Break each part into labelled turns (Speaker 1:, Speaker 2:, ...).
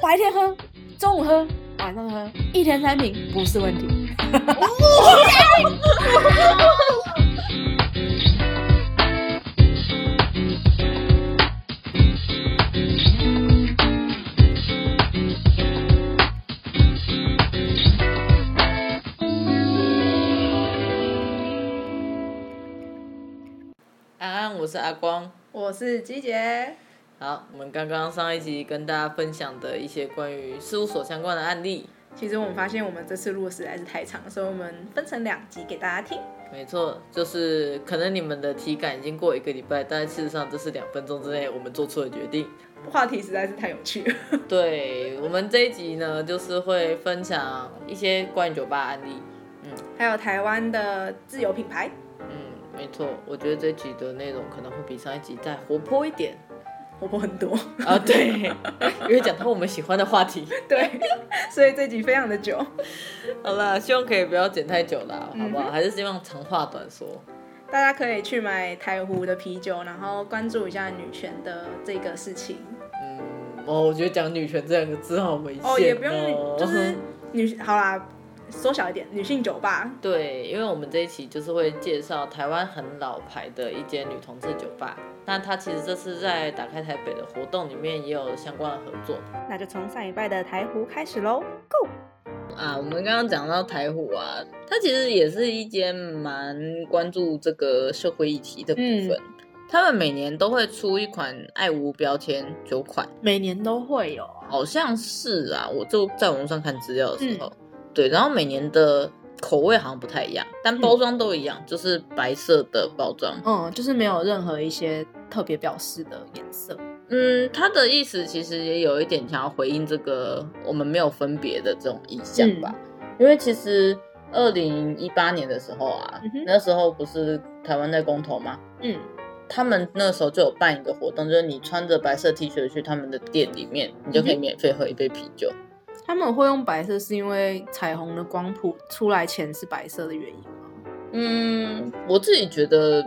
Speaker 1: 白天喝、中午喝、晚上喝，一天三瓶不是问题。
Speaker 2: 安安，我是阿光。
Speaker 3: 我是季杰，
Speaker 2: 好，我们刚刚上一集跟大家分享的一些关于事务所相关的案例，
Speaker 3: 其实我们发现我们这次录的实在是太长，所以我们分成两集给大家听。
Speaker 2: 没错，就是可能你们的体感已经过一个礼拜，但事实上这是两分钟之内我们做出的决定。
Speaker 3: 话题实在是太有趣了，
Speaker 2: 对我们这一集呢，就是会分享一些关于酒吧案例。
Speaker 3: 还有台湾的自由品牌
Speaker 2: 嗯，没错，我觉得这集的内容可能会比上一集再活泼一点。
Speaker 3: 活泼很多，
Speaker 2: 啊，对，因为讲到我们喜欢的话题。
Speaker 3: 对，所以这集非常的久。
Speaker 2: 好啦，希望可以不要剪太久啦，
Speaker 3: 嗯
Speaker 2: 好不好？还是希望长话短说。
Speaker 3: 大家可以去买台湖的啤酒，然后关注一下女权的这个事情
Speaker 2: 嗯，哦，我觉得讲女权这两个字好危险
Speaker 3: 哦，也不用就是女好啦，缩小一点，女性酒吧，
Speaker 2: 对，因为我们这一期就是会介绍台湾很老牌的一间女同志酒吧。那它其实这次在打开台北的活动里面也有相关的合作
Speaker 3: 那就从上一拜的台湖开始喽，Go！
Speaker 2: 啊。我们刚刚讲到台虎啊，它其实也是一间蛮关注这个社会议题的部分。
Speaker 3: 嗯
Speaker 2: 他们每年都会出一款爱无标签酒款，
Speaker 3: 每年都会有啊，
Speaker 2: 好像是啊，我就在网络上看资料的时候，对，然后每年的口味好像不太一样，但包装都一样，就是白色的包装。
Speaker 1: 嗯，就是没有任何一些特别表示的颜色。
Speaker 2: 嗯，它的意思其实也有一点想要回应这个我们没有分别的这种意向吧，因为其实二零一八年的时候啊，
Speaker 3: 嗯哼
Speaker 2: 那时候不是台湾在公投吗？
Speaker 3: 嗯，
Speaker 2: 他们那时候就有办一个活动，就是你穿着白色 T 恤去他们的店里面，你就可以免费喝一杯啤酒。
Speaker 1: 他们会用白色是因为彩虹的光谱出来前是白色的原因吗？
Speaker 2: 嗯，我自己觉得，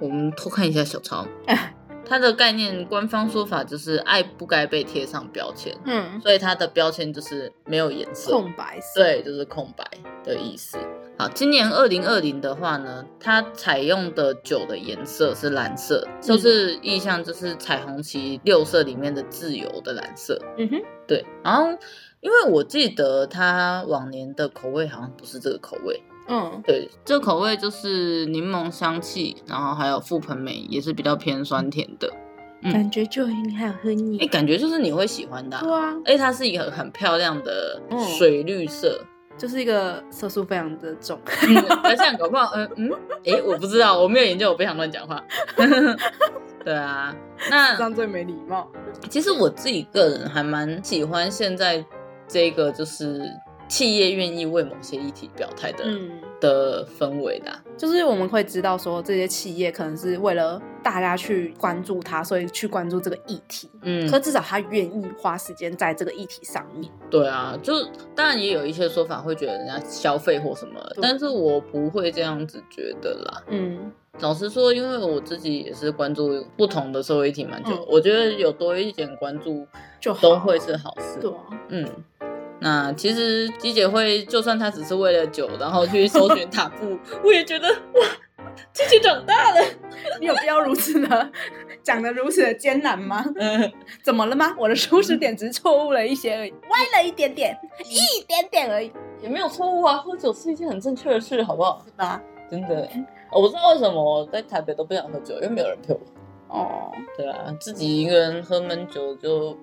Speaker 2: 我们偷看一下小抄，它的概念官方说法就是爱不该被贴上标签，
Speaker 1: 嗯，
Speaker 2: 所以它的标签就是没有颜色，
Speaker 1: 空白色。
Speaker 2: 对，就是空白的意思。好，今年二零二零的话呢，它采用的酒的颜色是蓝色，
Speaker 1: 嗯
Speaker 2: 就是意象就是彩虹旗六色里面的自由的蓝色。
Speaker 1: 嗯哼，
Speaker 2: 对，然后因为我记得它往年的口味好像不是这个口味，
Speaker 1: 嗯
Speaker 2: 对，这口味就是柠檬香气，然后还有覆盆梅，也是比较偏酸甜的。嗯
Speaker 1: 感觉就很好喝
Speaker 2: 哎，
Speaker 1: 你。
Speaker 2: 感觉就是你会喜欢的、啊。
Speaker 1: 对啊，
Speaker 2: 哎，它是一个很漂亮的
Speaker 1: 嗯
Speaker 2: 水绿色，
Speaker 1: 就是一个色素非常的重。
Speaker 2: 嗯， 那这样搞不好，嗯嗯，哎，我不知道，我没有研究，我不想乱讲话。 对啊，
Speaker 1: 这
Speaker 2: 那
Speaker 1: 样最没礼貌。
Speaker 2: 其实我自己个人还蛮喜欢现在这个就是企业愿意为某些议题表态的、
Speaker 1: 嗯，
Speaker 2: 的氛围的啊、
Speaker 1: 就是我们会知道说这些企业可能是为了大家去关注它，所以去关注这个议题。
Speaker 2: 嗯，
Speaker 1: 可至少他愿意花时间在这个议题上面。
Speaker 2: 对啊，就当然也有一些说法会觉得人家消费或什么，
Speaker 1: 对
Speaker 2: 但是我不会这样子觉得啦。
Speaker 1: 嗯
Speaker 2: 老实说，因为我自己也是关注不同的社会议题蛮久，
Speaker 1: 嗯
Speaker 2: 我觉得有多一点关注
Speaker 1: 就好
Speaker 2: 都会是好事。
Speaker 1: 对啊，
Speaker 2: 嗯，那其实鸡姐会，就算她只是为了酒，然后去搜寻塔布， 我也觉得哇，鸡姐长大了。
Speaker 1: 你有必要如此的讲的如此的艰难吗？
Speaker 2: 嗯，
Speaker 1: 怎么了吗？我的舒适点只是错误了一些而已，歪了一点点，一点点而已，
Speaker 2: 也没有错误啊，喝酒是一件很正确的事，好不好？
Speaker 1: 是吧？
Speaker 2: 真的、哦我知道为什么我在台北都不想喝酒，因为没有人陪我。
Speaker 1: 哦，
Speaker 2: 对啊，自己一个人喝闷酒就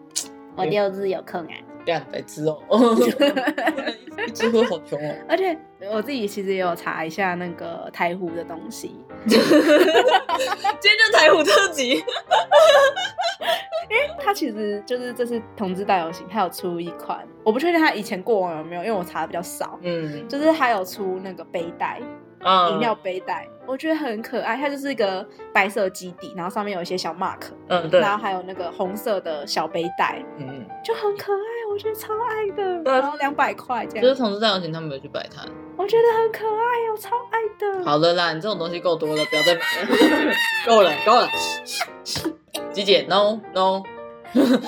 Speaker 2: 我
Speaker 1: 六日有空啊。
Speaker 2: 干白痴哦， 不能一直喝好穷 哦。
Speaker 1: 而且我自己其实也有查一下那个台湖的东西，
Speaker 2: 今天就台虎特辑，
Speaker 1: 它其实就是这是同志大游行，它有出一款，我不确定它以前过往有没有，因为我查的比较少。
Speaker 2: 嗯
Speaker 1: 就是它有出那个背带，
Speaker 2: 啊
Speaker 1: 饮料背带，我觉得很可爱。它就是一个白色基底，然后上面有一些小 mark，
Speaker 2: 嗯对，
Speaker 1: 然后还有那个红色的小背带，
Speaker 2: 嗯，
Speaker 1: 就很可爱，我觉得超爱的。
Speaker 2: 对啊
Speaker 1: 然后两百块这
Speaker 2: 就是
Speaker 1: 样，
Speaker 2: 同事在游行，他们有去摆摊。
Speaker 1: 我觉得很可爱，我超爱的。
Speaker 2: 好了 啦，你这种东西够多了，不要再买了，够了够了。吉姐，no no，
Speaker 4: 呃，可是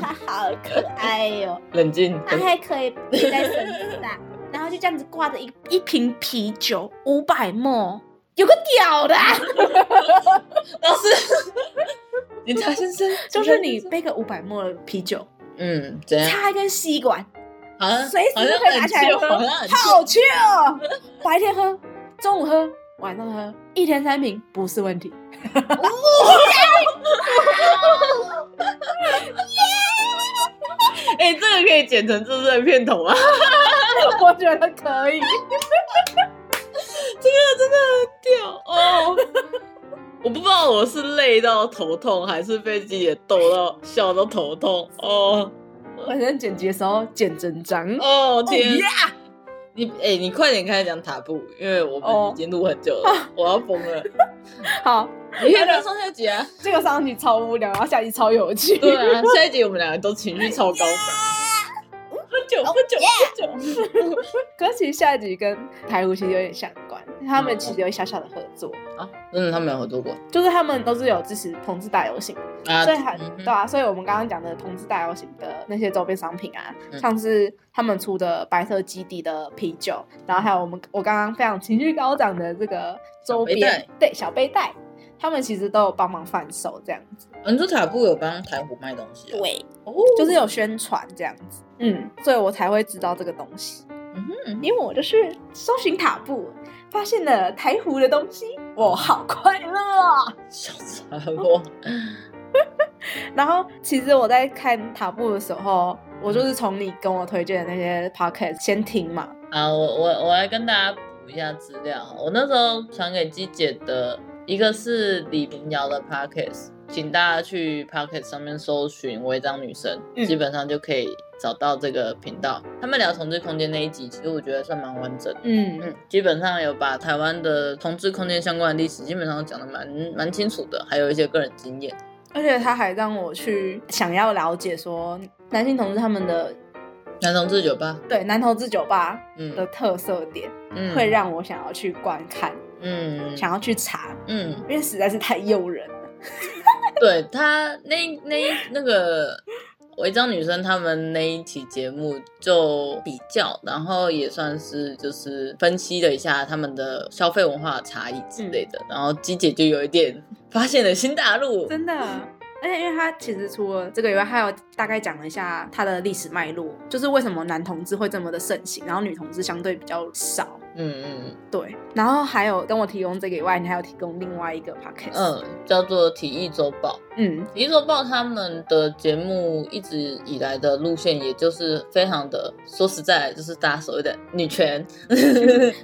Speaker 4: 它好可爱哟、
Speaker 1: 哦
Speaker 2: 冷静，
Speaker 1: 哎
Speaker 4: 它还可以背在身上，然后就这样子挂着一一瓶啤酒，五百沫，有个屌的、 啊，
Speaker 2: 老师，警察先生，
Speaker 1: 就是你背个五百沫的啤酒，
Speaker 2: 嗯，怎样？
Speaker 4: 插一根吸管，
Speaker 2: 好像
Speaker 4: 随时
Speaker 2: 好像
Speaker 4: 都可以拿起来
Speaker 2: 很旧哦
Speaker 4: 喝
Speaker 2: 好像很旧
Speaker 4: 好去哦！
Speaker 1: 白天喝，中午喝，晚上喝，一天三瓶不是问题。
Speaker 2: 哎、这个可以剪成这是的片头啊！
Speaker 1: 我觉得可以，
Speaker 2: 这个啊真的很屌哦！ 我不知道我是累到头痛，还是被自己也逗到笑到头痛哦
Speaker 1: 我在剪辑的时候剪整张。
Speaker 2: 哦天！
Speaker 1: 耶
Speaker 2: 你哎、你快点开始讲塔布，因为我们
Speaker 1: 哦
Speaker 2: 已经录很久了我要疯了。
Speaker 1: 好，
Speaker 2: 啊 你可以聊上下集啊！
Speaker 1: 这个上集超无聊，然后下集超有趣。
Speaker 2: 对啊，下一集我们两个都情绪 超高涨。喝酒，喝酒，喝酒！
Speaker 1: 哦可是其实下一集跟台湖其实有点相关，他们其实有小小的合作，
Speaker 2: 啊，真的他没有合作过
Speaker 1: 就是他们都是有支持同志大游行，
Speaker 2: 啊
Speaker 1: 所以很、
Speaker 2: 嗯哼
Speaker 1: 对啊，所以我们刚刚讲的同志大游行的那些周边商品啊，
Speaker 2: 嗯
Speaker 1: 像是他们出的白色基底的啤酒，然后还有我们我刚刚非常情绪高涨的这个周
Speaker 2: 小
Speaker 1: 边
Speaker 2: 背，
Speaker 1: 对小背带，他们其实都有帮忙贩售这样子，
Speaker 2: 啊你说塔布有帮台虎卖东西、啊？，
Speaker 4: 对，
Speaker 2: 哦，
Speaker 1: 就是有宣传这样子，嗯，所以我才会知道这个东西。
Speaker 2: 嗯哼，
Speaker 1: 因为我就是搜寻塔布，发现了台湖的东西，我好快乐啊！
Speaker 2: 小茶我，
Speaker 1: 然后其实我在看塔布的时候，我就是从你跟我推荐的那些 podcast 先听嘛，
Speaker 2: 啊，我我我来跟大家补一下资料哈。我那时候传给鸡姐的一个是李明瑶的 podcast，请大家去 podcast 上面搜寻“违章女神”，
Speaker 1: 嗯
Speaker 2: 基本上就可以找到这个频道。他们聊同志空间那一集，其实我觉得算蛮完整的。
Speaker 1: 嗯，
Speaker 2: 嗯，基本上有把台湾的同志空间相关的历史，基本上都讲的蛮蛮清楚的，还有一些个人经验。
Speaker 1: 而且他还让我去想要了解说男性同志他们的
Speaker 2: 男同志酒吧，
Speaker 1: 对男同志酒吧
Speaker 2: 嗯
Speaker 1: 的特色点，
Speaker 2: 嗯，
Speaker 1: 会让我想要去观看，
Speaker 2: 嗯
Speaker 1: 想要去查，
Speaker 2: 嗯，
Speaker 1: 因为实在是太诱人了。
Speaker 2: 对他那那那个违章女生他们那一期节目就比较，然后也算是就是分析了一下他们的消费文化的差异之类的，然后鸡姐就有一点 发现了新大陆，
Speaker 1: 真的。而且，因为他其实除了这个以外，还有大概讲了一下他的历史脉络，就是为什么男同志会这么的盛行，然后女同志相对比较少。
Speaker 2: 嗯
Speaker 1: 对，然后还有跟我提供这个以外，你还有提供另外一个 podcast，
Speaker 2: 嗯嗯，叫做体育周报。
Speaker 1: 嗯
Speaker 2: 体育周报他们的节目一直以来的路线，也就是非常的说实在，就是大家所谓的女权。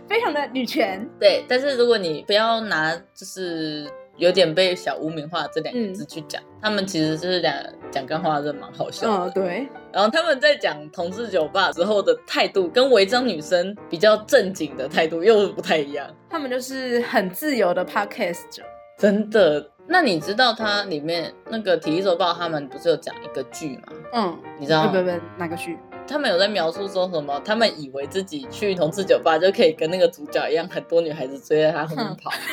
Speaker 1: 非常的女权，
Speaker 2: 对，但是如果你不要拿就是有点被小污名化这两个字
Speaker 1: 嗯
Speaker 2: 去讲，他们其实就是两讲干话，真的蛮好笑的。
Speaker 1: 嗯，对，
Speaker 2: 然后他们在讲同志酒吧之后的态度，跟违章女生比较正经的态度又不太一样，
Speaker 1: 他们就是很自由的 podcast 者，
Speaker 2: 真的。那你知道它里面那个《体育周报》他们不是有讲一个剧吗？
Speaker 1: 嗯，
Speaker 2: 你知道
Speaker 1: 不不
Speaker 2: 吗？
Speaker 1: 不，哪个剧？
Speaker 2: 他们有在描述说什么？他们以为自己去同志酒吧就可以跟那个主角一样，很多女孩子追在他后面
Speaker 1: 哼
Speaker 2: 跑。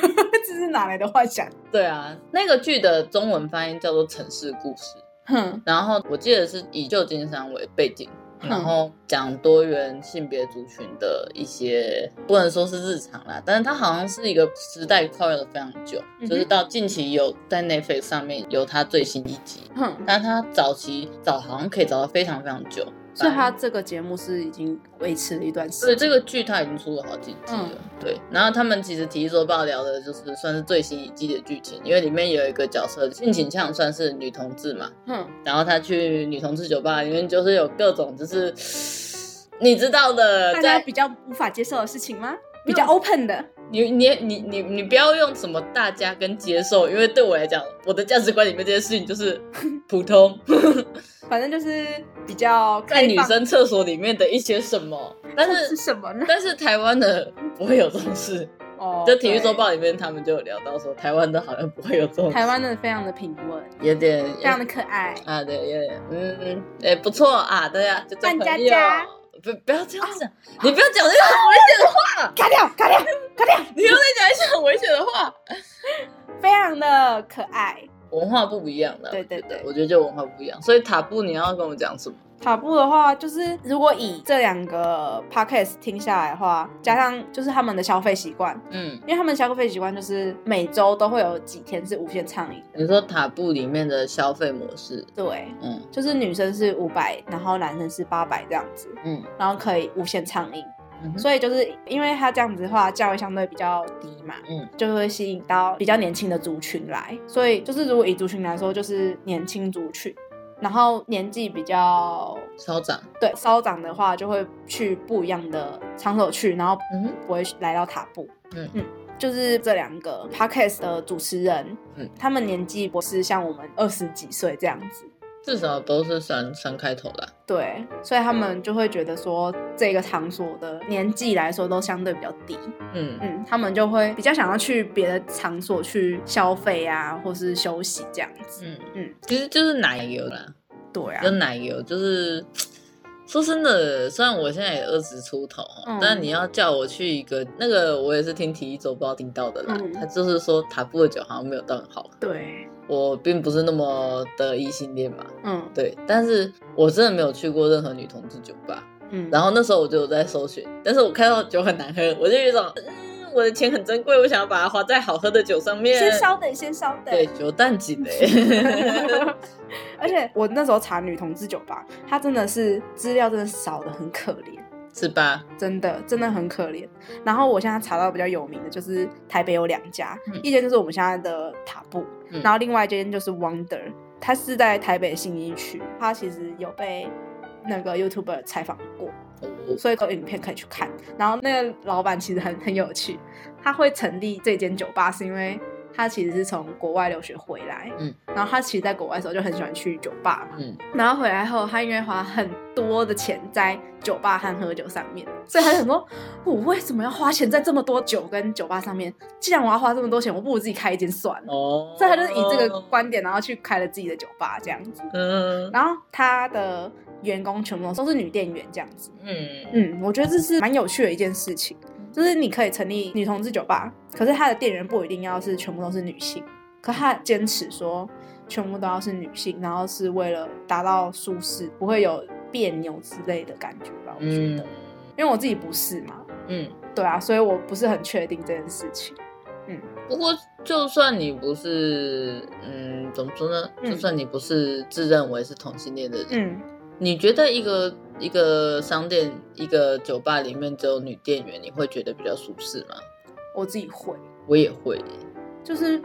Speaker 1: 这是哪来的幻想？
Speaker 2: 对啊，那个剧的中文翻译叫做《城市故事》，
Speaker 1: 哼，
Speaker 2: 然后我记得是以旧金山为背景，
Speaker 1: 嗯
Speaker 2: 然后讲多元性别族群的一些，不能说是日常啦，但是它好像是一个时代跨越了非常久，
Speaker 1: 嗯哼
Speaker 2: 就是到近期有在 Netflix 上面有它最新一集，
Speaker 1: 哼，
Speaker 2: 但它早期找好像可以找到非常非常久，
Speaker 1: 所以他这个节目是已经维持了一段时
Speaker 2: 所以
Speaker 1: 间，
Speaker 2: 这个剧它已经出了好几季了，
Speaker 1: 嗯
Speaker 2: 对。然后他们其实《体育周报》聊的就是算是最新一季的剧情，因为里面有一个角色性倾向算是女同志嘛，
Speaker 1: 哼，
Speaker 2: 然后她去女同志酒吧里面就是有各种就是 你知道的，
Speaker 1: 大家
Speaker 2: 呃在
Speaker 1: 比较无法接受的事情吗？比
Speaker 2: 有
Speaker 1: 较 open 的，
Speaker 2: 你你你你你不要用什么大家跟接受，因为对我来讲，我的价值观里面这件事情就是 普通，
Speaker 1: 反正就是比较
Speaker 2: 在
Speaker 1: 开
Speaker 2: 女
Speaker 1: 放。
Speaker 2: 生厕所里面的一些什么，但
Speaker 1: 这是
Speaker 2: 是。
Speaker 1: 什么呢？
Speaker 2: 但是台湾的不会有这种事，
Speaker 1: 哦
Speaker 2: 就《体育周报》里面，他们就有聊到说，台湾的好像不会有这种
Speaker 1: 对，台湾的非常的平稳，
Speaker 2: 有点
Speaker 1: 非常的可爱。
Speaker 2: 啊，对，有点嗯嗯，哎，不错啊，大家就做
Speaker 4: 扮
Speaker 2: 朋
Speaker 4: 家
Speaker 2: 友
Speaker 4: 家，
Speaker 2: 不不要这
Speaker 1: 哦
Speaker 2: 样讲，你不要讲这些很危 险的话，
Speaker 1: 卡掉，卡掉，
Speaker 2: 你又在讲一些很危险的话。
Speaker 1: 非常的可爱。
Speaker 2: 文化不一样的。
Speaker 1: 对对对
Speaker 2: 我觉得就文化不一样。所以塔布，你要跟我讲什么？
Speaker 1: 塔布的话，就是如果以这两个 podcast 听下来的话，加上就是他们的消费习惯，
Speaker 2: 嗯，
Speaker 1: 因为他们消费习惯就是每周都会有几天是无限畅饮的。
Speaker 2: 你说塔布里面的消费模式，
Speaker 1: 对，
Speaker 2: 嗯
Speaker 1: 就是女生是五百，然后男生是八百这样子，
Speaker 2: 嗯
Speaker 1: 然后可以无限畅饮。
Speaker 2: 嗯哼
Speaker 1: 所以就是因为它这样子的话，价位相对比较低嘛，
Speaker 2: 嗯，
Speaker 1: 就会吸引到比较年轻的族群来。所以就是如果以族群来说，就是年轻族群，然后年纪比较
Speaker 2: 稍长，
Speaker 1: 对稍长的话，就会去不一样的场所去，然后
Speaker 2: 嗯哼，
Speaker 1: 不会来到塔布。
Speaker 2: 嗯
Speaker 1: 嗯，就是这两个 podcast 的主持人，
Speaker 2: 嗯，
Speaker 1: 他们年纪不是像我们二十几岁这样子。
Speaker 2: 至少都是三三开头啦。
Speaker 1: 对，所以他们就会觉得说，这个场所的年纪来说都相对比较低，
Speaker 2: 嗯，
Speaker 1: 嗯，他们就会比较想要去别的场所去消费啊，或是休息这样子。
Speaker 2: 嗯嗯
Speaker 1: 嗯，
Speaker 2: 其实就是奶油啦，
Speaker 1: 对啊
Speaker 2: 跟，奶油就是。说真的，虽然我现在也二十出头，
Speaker 1: 嗯
Speaker 2: 但你要叫我去一个那个，我也是听体育周报听到的啦。
Speaker 1: 嗯
Speaker 2: 他就是说塔布的酒好像没有到很好，
Speaker 1: 对，
Speaker 2: 我并不是那么的异性恋嘛，
Speaker 1: 嗯
Speaker 2: 对。但是我真的没有去过任何女同志酒吧，
Speaker 1: 嗯，
Speaker 2: 然
Speaker 1: 后
Speaker 2: 后那时候我就有在搜寻，但是我看到酒很难喝，我就有一种，嗯，我的钱很珍贵，我想要把它花在好喝的酒上面。
Speaker 5: 先稍等，先稍等。
Speaker 2: 对，酒淡 景嘞。
Speaker 1: 而且我那时候查女同志酒吧，它真的是资料真的少的很可怜。
Speaker 2: 是吧？
Speaker 1: 真的真的很可怜。然后我现在查到比较有名的就是台北有两家，
Speaker 2: 嗯
Speaker 1: 一间就是我们现在的塔布，
Speaker 2: 嗯
Speaker 1: 然后另外一间就是 Wonder，它是在台北信义区，它其实有被那个 YouTuber 采访过，
Speaker 2: 哦
Speaker 1: 所以有影片可以去看。然后那个老板其实很很有趣，他会成立这间酒吧是因为。他其实是从国外留学回来，
Speaker 2: 嗯，
Speaker 1: 然后他其实在国外的时候就很喜欢去酒吧嘛，
Speaker 2: 嗯，
Speaker 1: 然后回来后，他因为花很多的钱在酒吧和喝酒上面，所以他想说，我为什么要花钱在这么多酒跟酒吧上面？既然我要花这么多钱，我不如自己开一间算了。
Speaker 2: 哦，
Speaker 1: 所以他就是以这个，观点，然后去开了自己的酒吧这样子。
Speaker 2: 嗯
Speaker 1: 然后他的员工全部都是女店员这样子。
Speaker 2: 嗯
Speaker 1: 嗯，我觉得这是蛮有趣的一件事情，就是你可以成立女同志酒吧，可是他的店员不一定要是全部都是女性，可他坚持说全部都要是女性，然后是为了达到舒适，不会有别扭之类的感觉吧？我觉得，
Speaker 2: 嗯
Speaker 1: 因为我自己不是嘛，
Speaker 2: 嗯。
Speaker 1: 对啊，所以我不是很确定这件事情。
Speaker 2: 不过，就算你不是，嗯，怎么说呢？
Speaker 1: 嗯
Speaker 2: 就算你不是自认为是同性恋的人，
Speaker 1: 嗯，
Speaker 2: 你觉得一个一个商店、一个酒吧里面只有女店员，你会觉得比较舒适吗？
Speaker 1: 我自己会，
Speaker 2: 我也会耶，
Speaker 1: 就是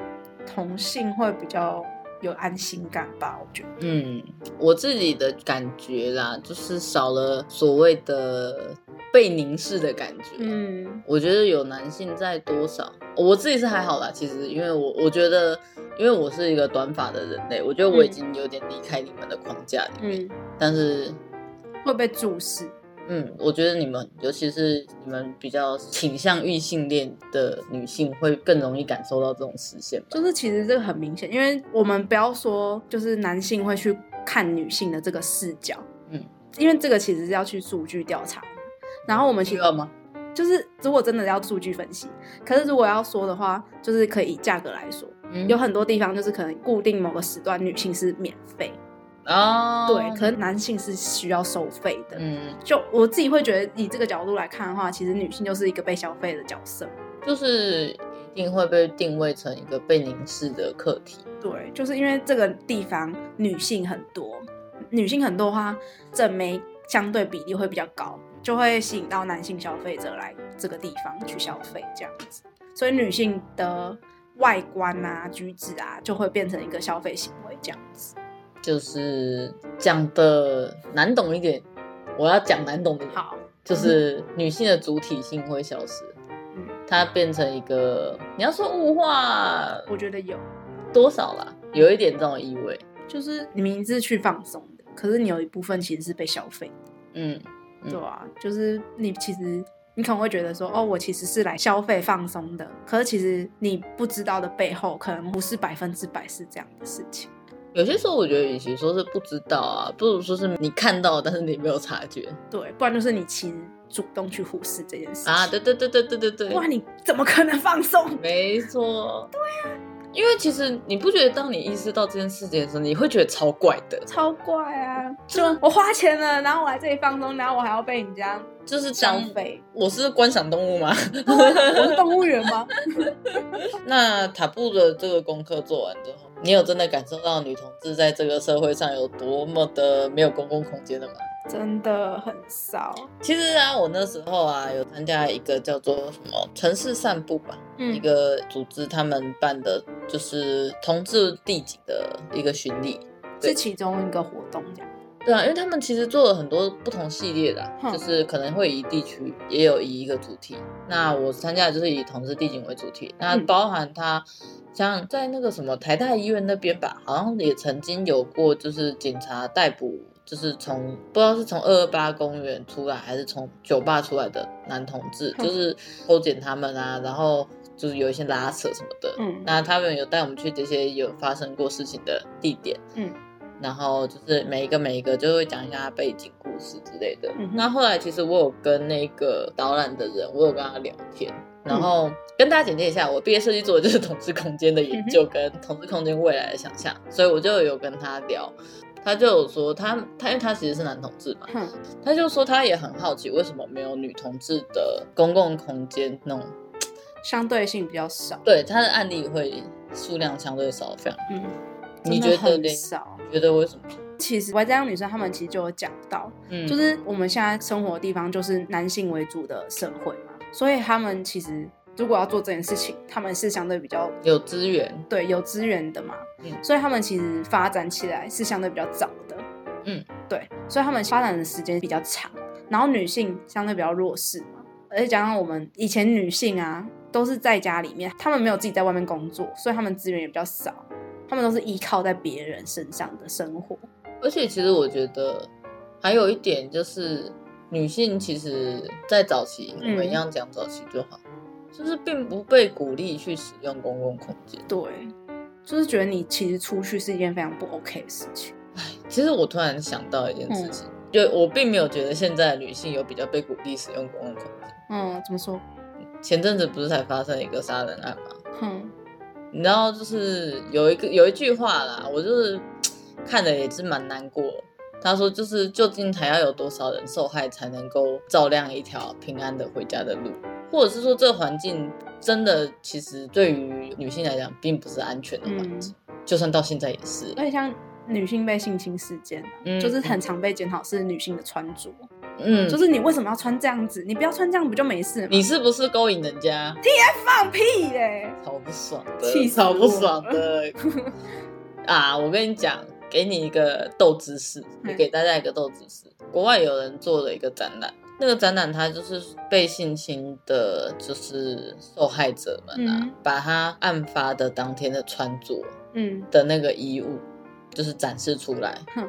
Speaker 1: 同性会比较有安心感吧，我觉得。
Speaker 2: 嗯，我自己的感觉啦，就是少了所谓的被凝视的感觉。
Speaker 1: 嗯
Speaker 2: 我觉得有男性在多少，我自己是还好啦。其实，因为我我觉得，因为我是一个短发的人类，我觉得我已经有点离开你们的框架里面。
Speaker 1: 嗯，
Speaker 2: 但是，
Speaker 1: 会被注视。
Speaker 2: 嗯，我觉得你们，尤其是你们比较倾向异性恋的女性，会更容易感受到这种视线吧。
Speaker 1: 就是其实这个很明显，因为我们不要说就是男性会去看女性的这个视角，
Speaker 2: 嗯，
Speaker 1: 因为这个其实是要去数据调查，然后我们其
Speaker 2: 需
Speaker 1: 实
Speaker 2: 要吗？
Speaker 1: 就是如果真的要数据分析，可是如果要说的话，就是可以以价格来说，
Speaker 2: 嗯
Speaker 1: 有很多地方就是可能固定某个时段女性是免费，
Speaker 2: 哦，
Speaker 1: 对，可能男性是需要收费的。
Speaker 2: 嗯，
Speaker 1: 就我自己会觉得，以这个角度来看的话，其实女性就是一个被消费的角色，
Speaker 2: 就是一定会被定位成一个被凝视的课题。
Speaker 1: 对，就是因为这个地方女性很多，女性很多的话，正妹相对比例会比较高，就会吸引到男性消费者来这个地方去消费这样子，所以女性的外观啊、举止啊，就会变成一个消费行为这样子。
Speaker 2: 就是讲的难懂一点，我要讲难懂的，
Speaker 1: 好，
Speaker 2: 就是女性的主体性会消失，
Speaker 1: 嗯
Speaker 2: 它变成一个你要说物化
Speaker 1: 我觉得有，
Speaker 2: 多少啦，有一点这种意味。
Speaker 1: 就是你明明是去放松的，可是你有一部分其实是被消费的，
Speaker 2: 嗯，嗯
Speaker 1: 对啊，就是你其实。你可能会觉得说，哦，我其实是来消费放松的，可是其实你不知道的背后，可能不是百分之百是这样的事情。
Speaker 2: 有些时候我觉得，与其说是不知道啊，不如说是你看到，但是你没有察觉
Speaker 1: 对，不然就是你其实主动去忽视这件事情
Speaker 2: 啊啊。对对对对对对对，
Speaker 1: 不然你怎么可能放松？
Speaker 2: 没错，啊因为其实你不觉得，当你意识到这件事情的时候，你会觉得超怪的，
Speaker 1: 超怪啊！就我花钱了，然后我来这里放松，然后我还要被你这样
Speaker 2: 就是
Speaker 1: 消
Speaker 2: 当
Speaker 1: 费，啊
Speaker 2: 我是观赏动物吗？
Speaker 1: 我是动物园吗？
Speaker 2: 那塔布的这个功课做完之后，你有真的感受到女同志在这个社会上有多么的没有公共空间了吗？
Speaker 1: 真的很少，
Speaker 2: 其实啊，我那时候啊有参加一个叫做什么城市散步吧，一
Speaker 1: 嗯
Speaker 2: 个组织他们办的，就是同志地景的一个巡礼。对
Speaker 1: 是其中一个活动这样。
Speaker 2: 对啊，因为他们其实做了很多不同系列的啊、
Speaker 1: 哼
Speaker 2: 就是可能会以地区，也有以一个主题。那我参加的就是以同志地景为主题，那
Speaker 1: 嗯
Speaker 2: 包含它像在那个什么台大医院那边吧，好像也曾经有过，就是警察逮捕，就是从不知道是从二二八公园出来还是从酒吧出来的男同志，
Speaker 1: 哼
Speaker 2: 就是勾检他们啊，然后就是有一些拉扯什么的。
Speaker 1: 嗯
Speaker 2: 那他们有带我们去这些有发生过事情的地点，
Speaker 1: 嗯，
Speaker 2: 然后就是每一个每一个就会讲一下他背景故事之类的。
Speaker 1: 嗯哼
Speaker 2: 那后来其实我有跟那个导览的人，我有跟他聊天，
Speaker 1: 嗯
Speaker 2: 然后跟大家简介一下，我毕业设计做的就是同志空间的研
Speaker 1: 嗯
Speaker 2: 究跟同志空间未来的想象，所以我就有跟他聊。他就有说他他因为他其实是男同志嘛，
Speaker 1: 哼，
Speaker 2: 他就说他也很好奇为什么没有女同志的公共空间那种
Speaker 1: 相对性比较少，
Speaker 2: 对他的案例会数量相对少，非常。
Speaker 1: 嗯，
Speaker 2: 你
Speaker 1: 真的
Speaker 2: 觉得
Speaker 1: 很
Speaker 2: 嘞？
Speaker 1: 少？
Speaker 2: 你觉得为什么？
Speaker 1: 其实我这样女生她们其实就有讲到，
Speaker 2: 嗯，
Speaker 1: 就是我们现在生活的地方就是男性为主的社会嘛，所以他们其实如果要做这件事情，他们是相对比较
Speaker 2: 有资源，
Speaker 1: 对有资源的嘛，
Speaker 2: 嗯
Speaker 1: 所以他们其实发展起来是相对比较早的，
Speaker 2: 嗯，
Speaker 1: 对，所以他们发展的时间比较长，然后女性相对比较弱势嘛，而且加上我们以前女性啊都是在家里面，她们没有自己在外面工作，所以她们资源也比较少，她们都是依靠在别人身上的生活，
Speaker 2: 而且其实我觉得还有一点就是，女性其实在早期，我
Speaker 1: 嗯
Speaker 2: 们一样讲早期就好，就是并不被鼓励去使用公共空间。
Speaker 1: 对，就是觉得你其实出去是一件非常不 OK 的事情，
Speaker 2: 其实我突然想到一件事情，就我并没有觉得现在的女性有比较被鼓励使用公共空间。
Speaker 1: 嗯，怎么说？
Speaker 2: 前阵子不是才发生一个杀人案吗？
Speaker 1: 哼，
Speaker 2: 你知道，就是有一个有一句话啦，我就是看了也是蛮难过。他说，就是究竟还要有多少人受害，才能够照亮一条平安的回家的路？或者是说，这环境真的其实对于女性来讲，并不是安全的环境，
Speaker 1: 嗯
Speaker 2: 就算到现在也是。
Speaker 1: 而且像女性被性侵事件啊、
Speaker 2: 嗯
Speaker 1: 就是很常被检讨是女性的穿着。
Speaker 2: 嗯，
Speaker 1: 就是你为什么要穿这样子？你不要穿这样不就没事吗？
Speaker 2: 你是不是勾引人家？
Speaker 1: 放屁嘞！
Speaker 2: 超不爽的，
Speaker 1: 气死
Speaker 2: 超
Speaker 1: 我
Speaker 2: 不爽的 啊！我跟你讲，给你一个豆知识，
Speaker 1: 嗯
Speaker 2: 也给大家一个豆知识。国外有人做了一个展览，那个展览它就是被性侵的，就是受害者们啊，
Speaker 1: 嗯
Speaker 2: 把他案发的当天的穿着
Speaker 1: 嗯，
Speaker 2: 的那个衣物，就是展示出来。
Speaker 1: 哼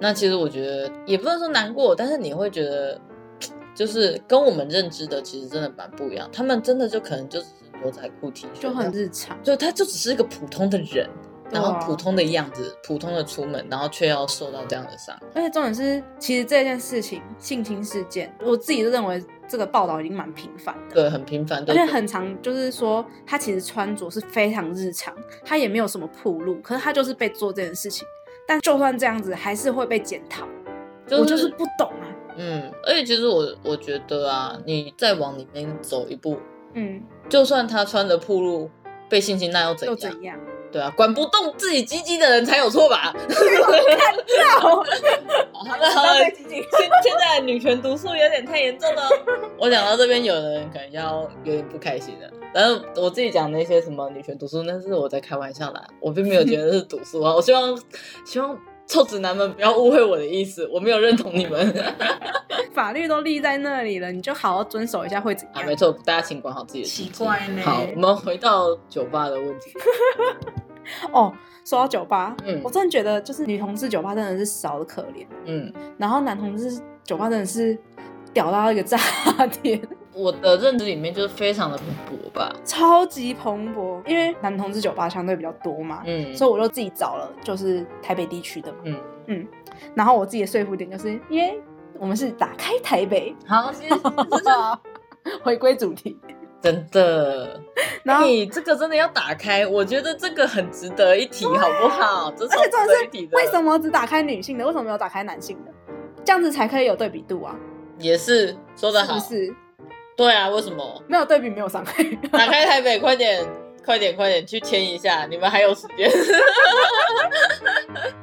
Speaker 2: 那其实我觉得也不能说难过，但是你会觉得，就是跟我们认知的其实真的蛮不一样。他们真的就可能就只是牛仔裤、T 恤，
Speaker 1: 就很日常。
Speaker 2: 就他就只是一个普通的人，
Speaker 1: 对
Speaker 2: 然
Speaker 1: 啊
Speaker 2: 后普通的样子，普通的出门，然后却要受到这样的伤害。
Speaker 1: 而且重点是，其实这件事情性侵事件，我自己就认为这个报道已经蛮频繁的，
Speaker 2: 对，很平凡，
Speaker 1: 而
Speaker 2: 对
Speaker 1: 且很常就是说，他其实穿着是非常日常，他也没有什么铺路，可是他就是被做这件事情。但就算这样子，还是会被检讨。我就是不懂啊。
Speaker 2: 嗯，而且其实我我觉得啊，你再往里面走一步，
Speaker 1: 嗯，
Speaker 2: 就算他穿着暴露被性侵，那又怎
Speaker 1: 又
Speaker 2: 样？
Speaker 1: 怎 样？
Speaker 2: 对啊，管不动自己鸡鸡的人才有错吧？ 好了好了，现现在女权毒素有点太严重了。 我讲到这边，有人可能要有点不开心了。然后我自己讲那些什么女权毒素，那是我在开玩笑啦，我并没有觉得是毒素 啊。我希望希望臭直男们不要误会我的意思，我没有认同你 们
Speaker 1: 法律都立在那里了，你就好好遵守一下会怎
Speaker 2: 啊。
Speaker 1: 样？
Speaker 2: 没错，大家请管好自己的心
Speaker 6: 奇
Speaker 2: 情。
Speaker 6: 怪呢。
Speaker 2: 好，我们回到酒吧的问题。
Speaker 1: 哦，说到酒吧，
Speaker 2: 嗯
Speaker 1: 我真的觉得就是女同志酒吧真的是少的可怜，
Speaker 2: 嗯，
Speaker 1: 然后男同志酒吧真的是屌到一个炸 点，
Speaker 2: 我的认知里面就是非常的蓬勃吧。
Speaker 1: 超级蓬勃。因为男同志酒吧相对比较多嘛，
Speaker 2: 嗯，
Speaker 1: 所以我就自己找了就是台北地区的嘛。
Speaker 2: 嗯。
Speaker 1: 然后我自己的说服点就是因为我们是打开台北，
Speaker 2: 好，其实
Speaker 1: 回归主题，
Speaker 2: 真的。
Speaker 1: 然后
Speaker 2: 哎、这个真的要打开，我觉得这个很值得一提，好不好？这
Speaker 1: 而且重点是
Speaker 2: 点
Speaker 1: 为什么只打开女性的？为什么没有打开男性的？这样子才可以有对比度啊，
Speaker 2: 也是说的
Speaker 1: 是
Speaker 2: 好
Speaker 1: 不是？
Speaker 2: 对啊，为什么？
Speaker 1: 没有对比，没有伤害。
Speaker 2: 打开台北，快点，快点，快点去签一下，你们还有时间。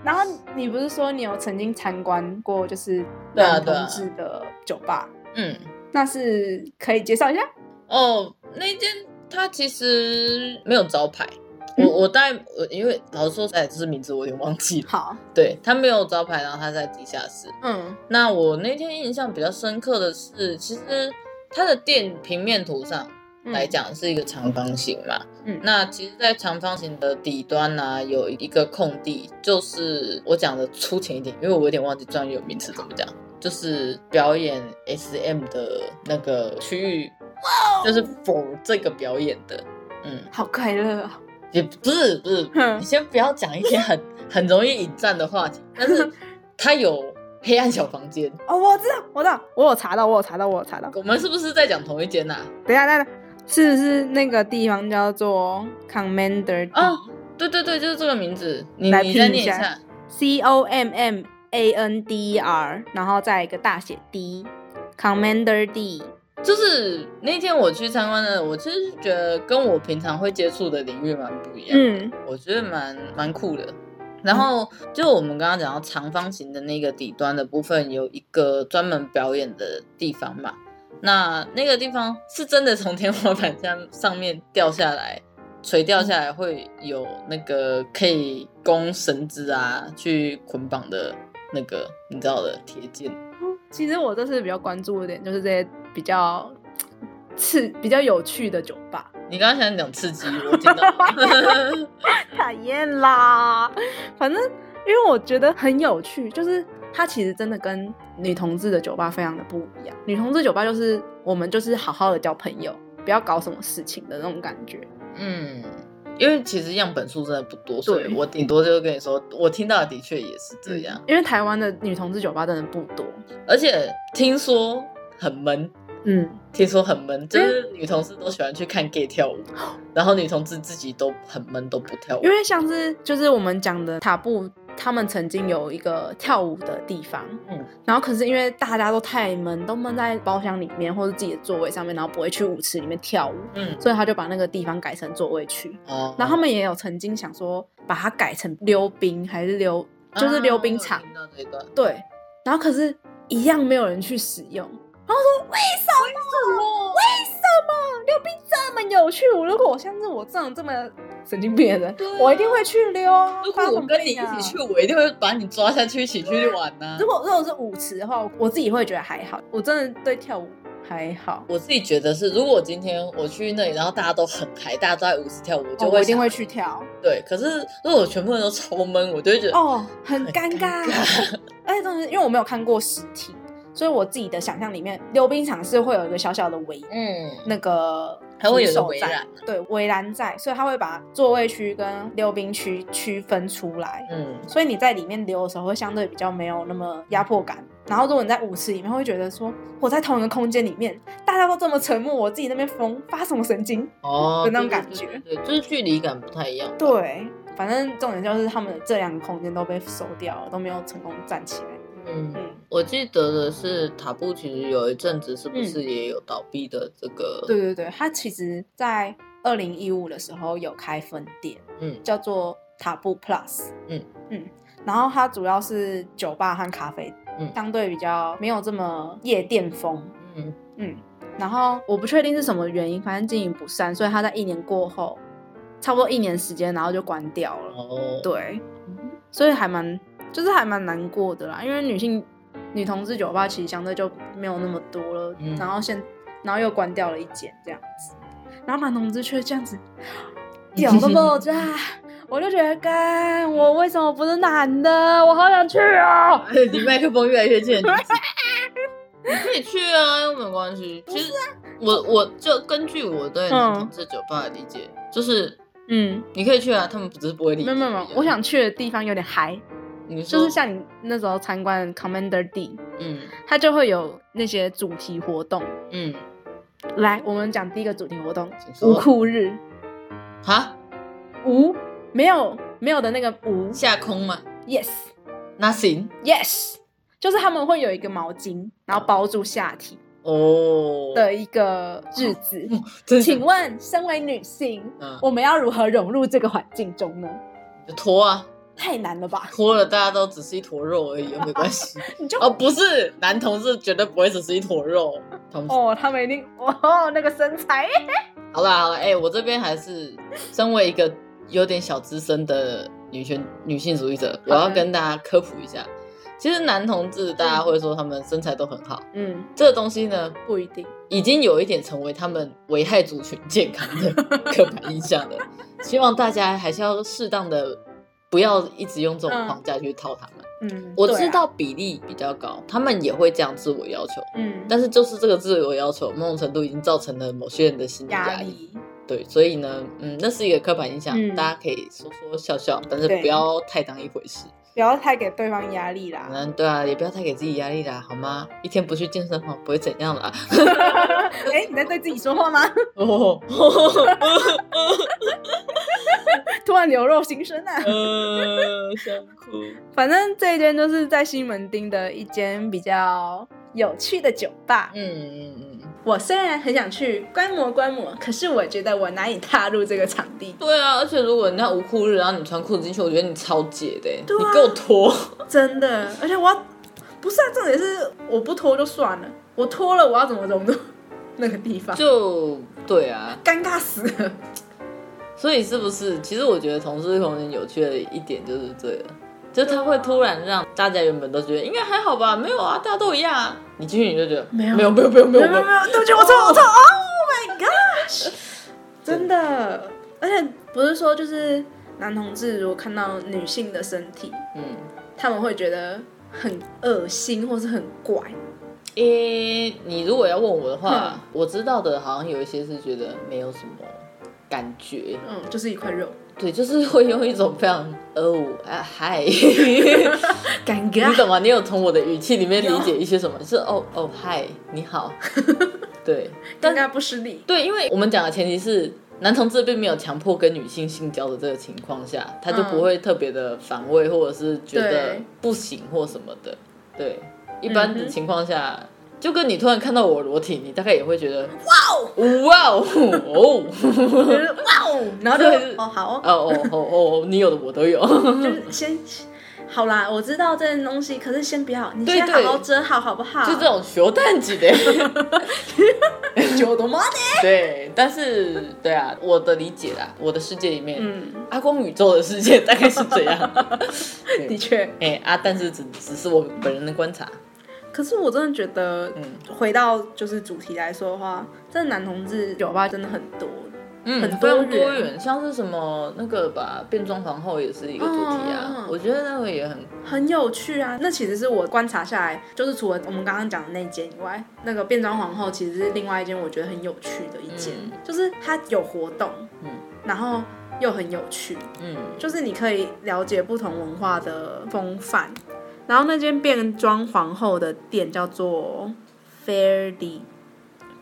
Speaker 1: 然后你不是说你有曾经参观过就是
Speaker 2: 对啊
Speaker 1: 男
Speaker 2: 对啊
Speaker 1: 同志的酒吧？
Speaker 2: 嗯，
Speaker 1: 那是可以介绍一下？
Speaker 2: 哦，那间它其实没有招牌。
Speaker 1: 嗯
Speaker 2: 我我大概我因为老实说，哎，这是名字我有点忘记了。
Speaker 1: 好，
Speaker 2: 对，它没有招牌，然后它在地下室。
Speaker 1: 嗯，
Speaker 2: 那我那天印象比较深刻的是，其实它的店平面图上
Speaker 1: 嗯
Speaker 2: 来，讲是一个长方形嘛。
Speaker 1: 嗯
Speaker 2: 那其实，在长方形的底端呢、有一个空地，就是我讲的粗浅一点，因为我有点忘记专有名词怎么讲，就是表演 SM 的那个区域，
Speaker 1: 哦
Speaker 2: 就是 for 这个表演的。嗯，
Speaker 1: 好快乐哦，
Speaker 2: 也不是不是，
Speaker 1: 哼
Speaker 2: 你先不要讲一些 很很容易引战的话题，但是它有黑暗小房间，
Speaker 1: 哦，我知道，我知道，我有查到，我有查到，我有查到。
Speaker 2: 我们是不是在讲同一间呐、啊
Speaker 1: 等一下，等一下，是不是那个地方叫做 Commander
Speaker 2: 哦，对对对，就是这个名字，你
Speaker 1: 来
Speaker 2: 你
Speaker 1: 拼
Speaker 2: 再
Speaker 1: 一
Speaker 2: 念一
Speaker 1: 下
Speaker 2: 下。
Speaker 1: C O M M A N D E R，然后再一个大写 D Commander D，
Speaker 2: 就是那天我去参观的，我其实觉得跟我平常会接触的领域蛮不一样，
Speaker 1: 嗯
Speaker 2: 我觉得蛮蛮酷的。然后就我们刚刚讲到长方形的那个底端的部分，有一个专门表演的地方嘛。那那个地方是真的从天花板下上面掉下来，垂掉下来会有那个可以供绳子啊去捆绑的那个你知道的铁剑。
Speaker 1: 其实我这次比较关注的点就是这些比较刺、比较有趣的酒吧。
Speaker 2: 你刚刚想讲刺激，我听到了。
Speaker 1: 讨厌啦，反正因为我觉得很有趣，就是它其实真的跟女同志的酒吧非常的不一样。女同志酒吧就是我们就是好好的交朋友，不要搞什么事情的那种感觉。
Speaker 2: 嗯，因为其实样本数真的不多，所以
Speaker 1: 对
Speaker 2: 我顶多就跟你说，我听到的的确也是这样，
Speaker 1: 因为台湾的女同志酒吧真的不多。
Speaker 2: 而且听说很闷，
Speaker 1: 嗯，
Speaker 2: 听说很闷，就是女同事都喜欢去看 gay 跳舞， 然后女同志自己都很闷，都不跳舞
Speaker 1: 因。为像是就是我们讲的塔布，他们曾经有一个跳舞的地方，
Speaker 2: 嗯
Speaker 1: 嗯，然后可是因为大家都太闷，都闷在包厢里面或者自己的座位上面，然后不会去舞池里面跳舞，
Speaker 2: 嗯，
Speaker 1: 所以他就把那个地方改成座位区。
Speaker 2: 哦，
Speaker 1: 然后他们也有曾经想说把它改成溜冰还是溜，就是溜冰场，
Speaker 2: 啊我有听到这一段，
Speaker 1: 对，然后可是一样没有人去使用。然后说为什么？为什么？溜冰这么有趣？我如果我像是我这种这么神经病的人，
Speaker 2: 对啊
Speaker 1: 我一定会去溜啊。
Speaker 2: 如
Speaker 1: 发
Speaker 2: 果
Speaker 1: 什
Speaker 2: 我
Speaker 1: 么
Speaker 2: 跟你一
Speaker 1: 病啊
Speaker 2: 起去，我一定会把你抓下去一起去玩啊呢、
Speaker 1: 如果如果是舞池的话，我自己会觉得还好。我真的对跳舞还好，
Speaker 2: 我自己觉得是，如果今天我去那里，然后大家都很嗨，大家都在舞池跳舞，我就
Speaker 1: 哦
Speaker 2: 会、
Speaker 1: 我一定会去跳。
Speaker 2: 对，可是如果全部人都超闷，我就会觉得
Speaker 1: 哦，很
Speaker 2: 很
Speaker 1: 尴
Speaker 2: 尴
Speaker 1: 尬。而且真的是，因为我没有看过实体，所以我自己的想象里面，溜冰场是会有一个小小的围
Speaker 2: 嗯，
Speaker 1: 那个
Speaker 2: 还会有
Speaker 1: 扶
Speaker 2: 一个
Speaker 1: 手
Speaker 2: 围
Speaker 1: 在
Speaker 2: 栏，
Speaker 1: 对围栏在，所以他会把座位区跟溜冰区区分出来。
Speaker 2: 嗯，
Speaker 1: 所以你在里面溜的时候会相对比较没有那么压迫感。然后如果你在舞池里面，会觉得说我在同一个空间里面，大家都这么沉默，我自己那边疯，发什么神经？
Speaker 2: 哦
Speaker 1: 的那种感觉
Speaker 2: 对，对对对就是距离感不太一样。
Speaker 1: 对，反正重点就是他们的这两个空间都被收掉了，都没有成功站起来。
Speaker 2: 嗯，
Speaker 1: 嗯，
Speaker 2: 我记得的是塔布其实有一阵子是不是也有倒闭的这个？
Speaker 1: 对，对对，它其实在二零一五的时候有开分店，
Speaker 2: 嗯
Speaker 1: 叫做塔布 Plus，
Speaker 2: 嗯
Speaker 1: 嗯，然后它主要是酒吧和咖啡，
Speaker 2: 嗯
Speaker 1: 相对比较没有这么夜店风，
Speaker 2: 嗯
Speaker 1: 嗯，然后我不确定是什么原因，反正经营不善，所以他在一年过后，差不多一年时间，然后就关掉了。
Speaker 2: 哦，
Speaker 1: 对，所以还蛮，就是还蛮难过的啦，因为女性女同志酒吧其实相对就没有那么多了，
Speaker 2: 嗯
Speaker 1: 然后现然后又关掉了一间这样子，然后男同志却这 样子，屌到爆炸。我就觉得，干我为什么不是男的？我好想去哦！
Speaker 2: 对，离麦克风越来越近， 你可以去啊，又没有关系。其实我我就根据我对
Speaker 1: 嗯
Speaker 2: 同志酒吧的理解，就是
Speaker 1: 嗯，
Speaker 2: 你可以去啊，他们只是不会理
Speaker 1: 没
Speaker 2: 解
Speaker 1: 有没
Speaker 2: 你
Speaker 1: 有
Speaker 2: 而已
Speaker 1: 没
Speaker 2: 啊。
Speaker 1: 有，我想去的地方有点嗨，
Speaker 2: 你
Speaker 1: 就
Speaker 2: 说
Speaker 1: 是像你那时候参观 Commander D，
Speaker 2: 嗯
Speaker 1: 它就会有那些主题活动，
Speaker 2: 嗯
Speaker 7: 来，我们讲第一个主题活动
Speaker 2: 请：说
Speaker 7: 无裤日。
Speaker 2: 啊，
Speaker 7: 无没有没有的那个无
Speaker 2: 下空吗
Speaker 7: ，yes
Speaker 2: ？Nothing。
Speaker 7: yes，就是他们会有一个毛巾，然后包住下体
Speaker 2: 哦，，
Speaker 7: 的一个日子。
Speaker 2: 真
Speaker 7: 请
Speaker 2: 是
Speaker 7: 问，身为女性，
Speaker 2: 哦嗯，
Speaker 7: 我们要如何融入这个环境中呢？
Speaker 2: 就脱啊，
Speaker 7: 太难了吧？
Speaker 2: 脱了大家都只是一坨肉而已，又没关系。
Speaker 7: 你就
Speaker 2: 哦，不是，男同志绝对不会只是一坨肉。同志，
Speaker 7: 哦，他们一定哦，那个身材，
Speaker 2: 好啦好啦，哎、我这边还是身为一个有点小资深的女权女性主义者，我要跟大家科普一下。其实男同志大家会说他们身材都很好，
Speaker 7: 嗯，
Speaker 2: 这个东西呢，
Speaker 7: 不一定。
Speaker 2: 已经有一点成为他们危害族群健康的刻板印象了。希望大家还是要适当的，不要一直用这种框架去套他们。
Speaker 7: 嗯，
Speaker 2: 我
Speaker 7: 对啊
Speaker 2: 知，道比例比较高，他们也会这样自我要求，
Speaker 7: 嗯，
Speaker 2: 但是就是这个自我要求，某种程度已经造成了某些人的心理
Speaker 7: 压
Speaker 2: 压力。
Speaker 7: 力，
Speaker 2: 对，所以呢，嗯，那是一个刻板印象，
Speaker 7: 嗯
Speaker 2: 大家可以说说笑笑，但是
Speaker 7: 对
Speaker 2: 不要太当一回事。
Speaker 7: 不要太给对方压力啦。
Speaker 2: 嗯，对啊，也不要太给自己压力啦，好吗？一天不去健身房不会怎样啦。 嗯
Speaker 7: 哎，你在对自己说话吗？
Speaker 2: 哦，
Speaker 7: 突然流露心声啊！
Speaker 2: 呃，想哭。
Speaker 7: 反正这一间就是在西门町的一间比较有趣的酒吧。
Speaker 2: 嗯嗯嗯，
Speaker 1: 我虽然很想去观摩观摩，可是我觉得我难以踏入这个场地，
Speaker 2: 对啊，而且如果人家无裤日，然后你穿裤子进去，我觉得你超解的欸、
Speaker 1: 对啊
Speaker 2: 你给我脱。
Speaker 1: 真的。而且我要，不是啊，重点是我不脱就算了，我脱了我要怎么融入那个地方？
Speaker 2: 就对啊，
Speaker 1: 尴尬死了。
Speaker 2: 所以是不是？其实我觉得同志空间有趣的一点就是这个，就是他会突然让大家原本都觉得应该还好吧，没有啊，大家都一样啊。你进去你就觉得没有没有没有没有没
Speaker 1: 没
Speaker 2: 有
Speaker 1: 有没有没有，对不起，我错我错。Oh my gosh！真的，而且不是说就是男同志如果看到女性的身体，
Speaker 2: 嗯，
Speaker 1: 他们会觉得很恶心或是很怪。
Speaker 2: 诶、你如果要问我的话，我知道的好像有一些是觉得没有什么感觉，
Speaker 1: 嗯，就是一块肉，
Speaker 2: 对，就是会用一种非常哦啊嗨， 你
Speaker 1: 尴尬。
Speaker 2: 懂吗？你有从我的语气里面理解一些什么？是哦哦嗨，你 好，对，
Speaker 1: 尴尬不失 礼，
Speaker 2: 对，因为我们讲的前提是男同志并没有强迫跟女性性交的这个情况下，他就不会特别的防卫或者是觉得
Speaker 1: 嗯对
Speaker 2: 不行或什么的。对，一般
Speaker 1: 嗯
Speaker 2: 的
Speaker 1: 哼
Speaker 2: 情况下，就跟你突然看到我裸体，你大概也会觉得哇哦哇哦哦
Speaker 1: 就是哇哦，然后就
Speaker 2: 对嗯
Speaker 1: 哦好哦，
Speaker 2: 哦哦哦哦，你有的我都 有。
Speaker 1: 就是先好啦，我知道这件东西，可是先不要，你
Speaker 2: 对
Speaker 1: 先好
Speaker 2: 对
Speaker 1: 好遮好，好不好？
Speaker 2: 就这种学蛋级的。
Speaker 1: 酒的吗？
Speaker 2: 对，但是对啊，我的理解啦，我的世界里面，
Speaker 1: 嗯，
Speaker 2: 阿光宇宙的世界大概是这样。
Speaker 1: 的确。
Speaker 2: 哎、啊，但是只只是我本人的观察，
Speaker 1: 可是我真的觉得，
Speaker 2: 嗯
Speaker 1: 回到就是主题来说的话，真的男同志酒吧真的很多。
Speaker 2: 嗯
Speaker 1: 很
Speaker 2: 非
Speaker 1: 多
Speaker 2: 常
Speaker 1: 元
Speaker 2: 多元，像是什么那个吧，变装皇后也是一个主题啊，
Speaker 1: 嗯
Speaker 2: 我觉得那个也很
Speaker 1: 很有趣啊！那其实是我观察下来，就是除了我们刚刚讲的那间以外，那个变装皇后其实是另外一间我觉得很有趣的一间，
Speaker 2: 嗯
Speaker 1: 就是它有活动，
Speaker 2: 嗯
Speaker 1: 然后又很有趣，
Speaker 2: 嗯
Speaker 1: 就是你可以了解不同文化的风范。然后那间变装皇后的店叫做 Fairy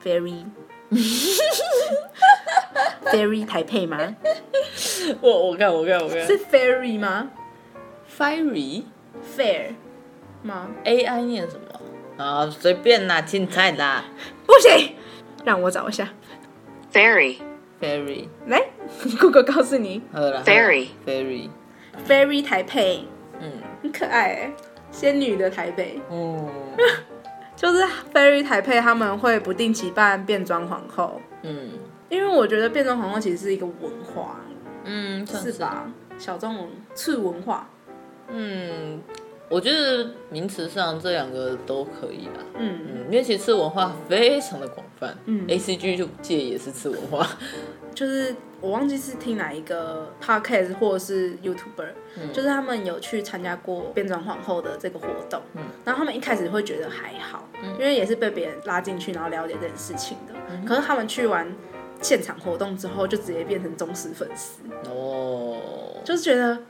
Speaker 1: Fairy Fairy 台配吗？
Speaker 2: 我我看我看我看
Speaker 1: 是 Fairy 吗
Speaker 2: Fiery
Speaker 1: ？Fair 吗？
Speaker 2: AI 念什么？啊，随便啦，青菜啦
Speaker 1: 不行，让我找一下。
Speaker 8: Fairy,
Speaker 2: ，Fairy
Speaker 1: 来，Google 告诉你
Speaker 2: 好了啦
Speaker 8: Fairy
Speaker 2: Fairy，
Speaker 1: ，Fairy 台北
Speaker 2: 嗯
Speaker 1: 很可爱欸，仙女的台北，
Speaker 2: 嗯
Speaker 1: 就是 Fairy 台北他们会不定期办变装皇后，
Speaker 2: 嗯
Speaker 1: 因为我觉得变装皇后其实是一个文化，
Speaker 2: 嗯，算
Speaker 1: 是？吧？小众文次文化，
Speaker 2: 嗯，我觉得名词上这两个都可以啦。
Speaker 1: 嗯，
Speaker 2: 嗯，因为其实次文化非常的广泛，
Speaker 1: 嗯
Speaker 2: ，A C G 就界也是次文化，
Speaker 1: 就是我忘记是听哪一个 podcast 或者是 YouTuber，、
Speaker 2: 嗯
Speaker 1: 就是他们有去参加过变装皇后的这个活动，
Speaker 2: 嗯
Speaker 1: 然后他们一开始会觉得还好，因为也是被别人拉进去，然后了解这件事情的。
Speaker 2: 嗯
Speaker 1: 可是他们去完现场活动之后，就直接变成忠实粉丝，
Speaker 2: 哦，
Speaker 1: 就是觉得，因为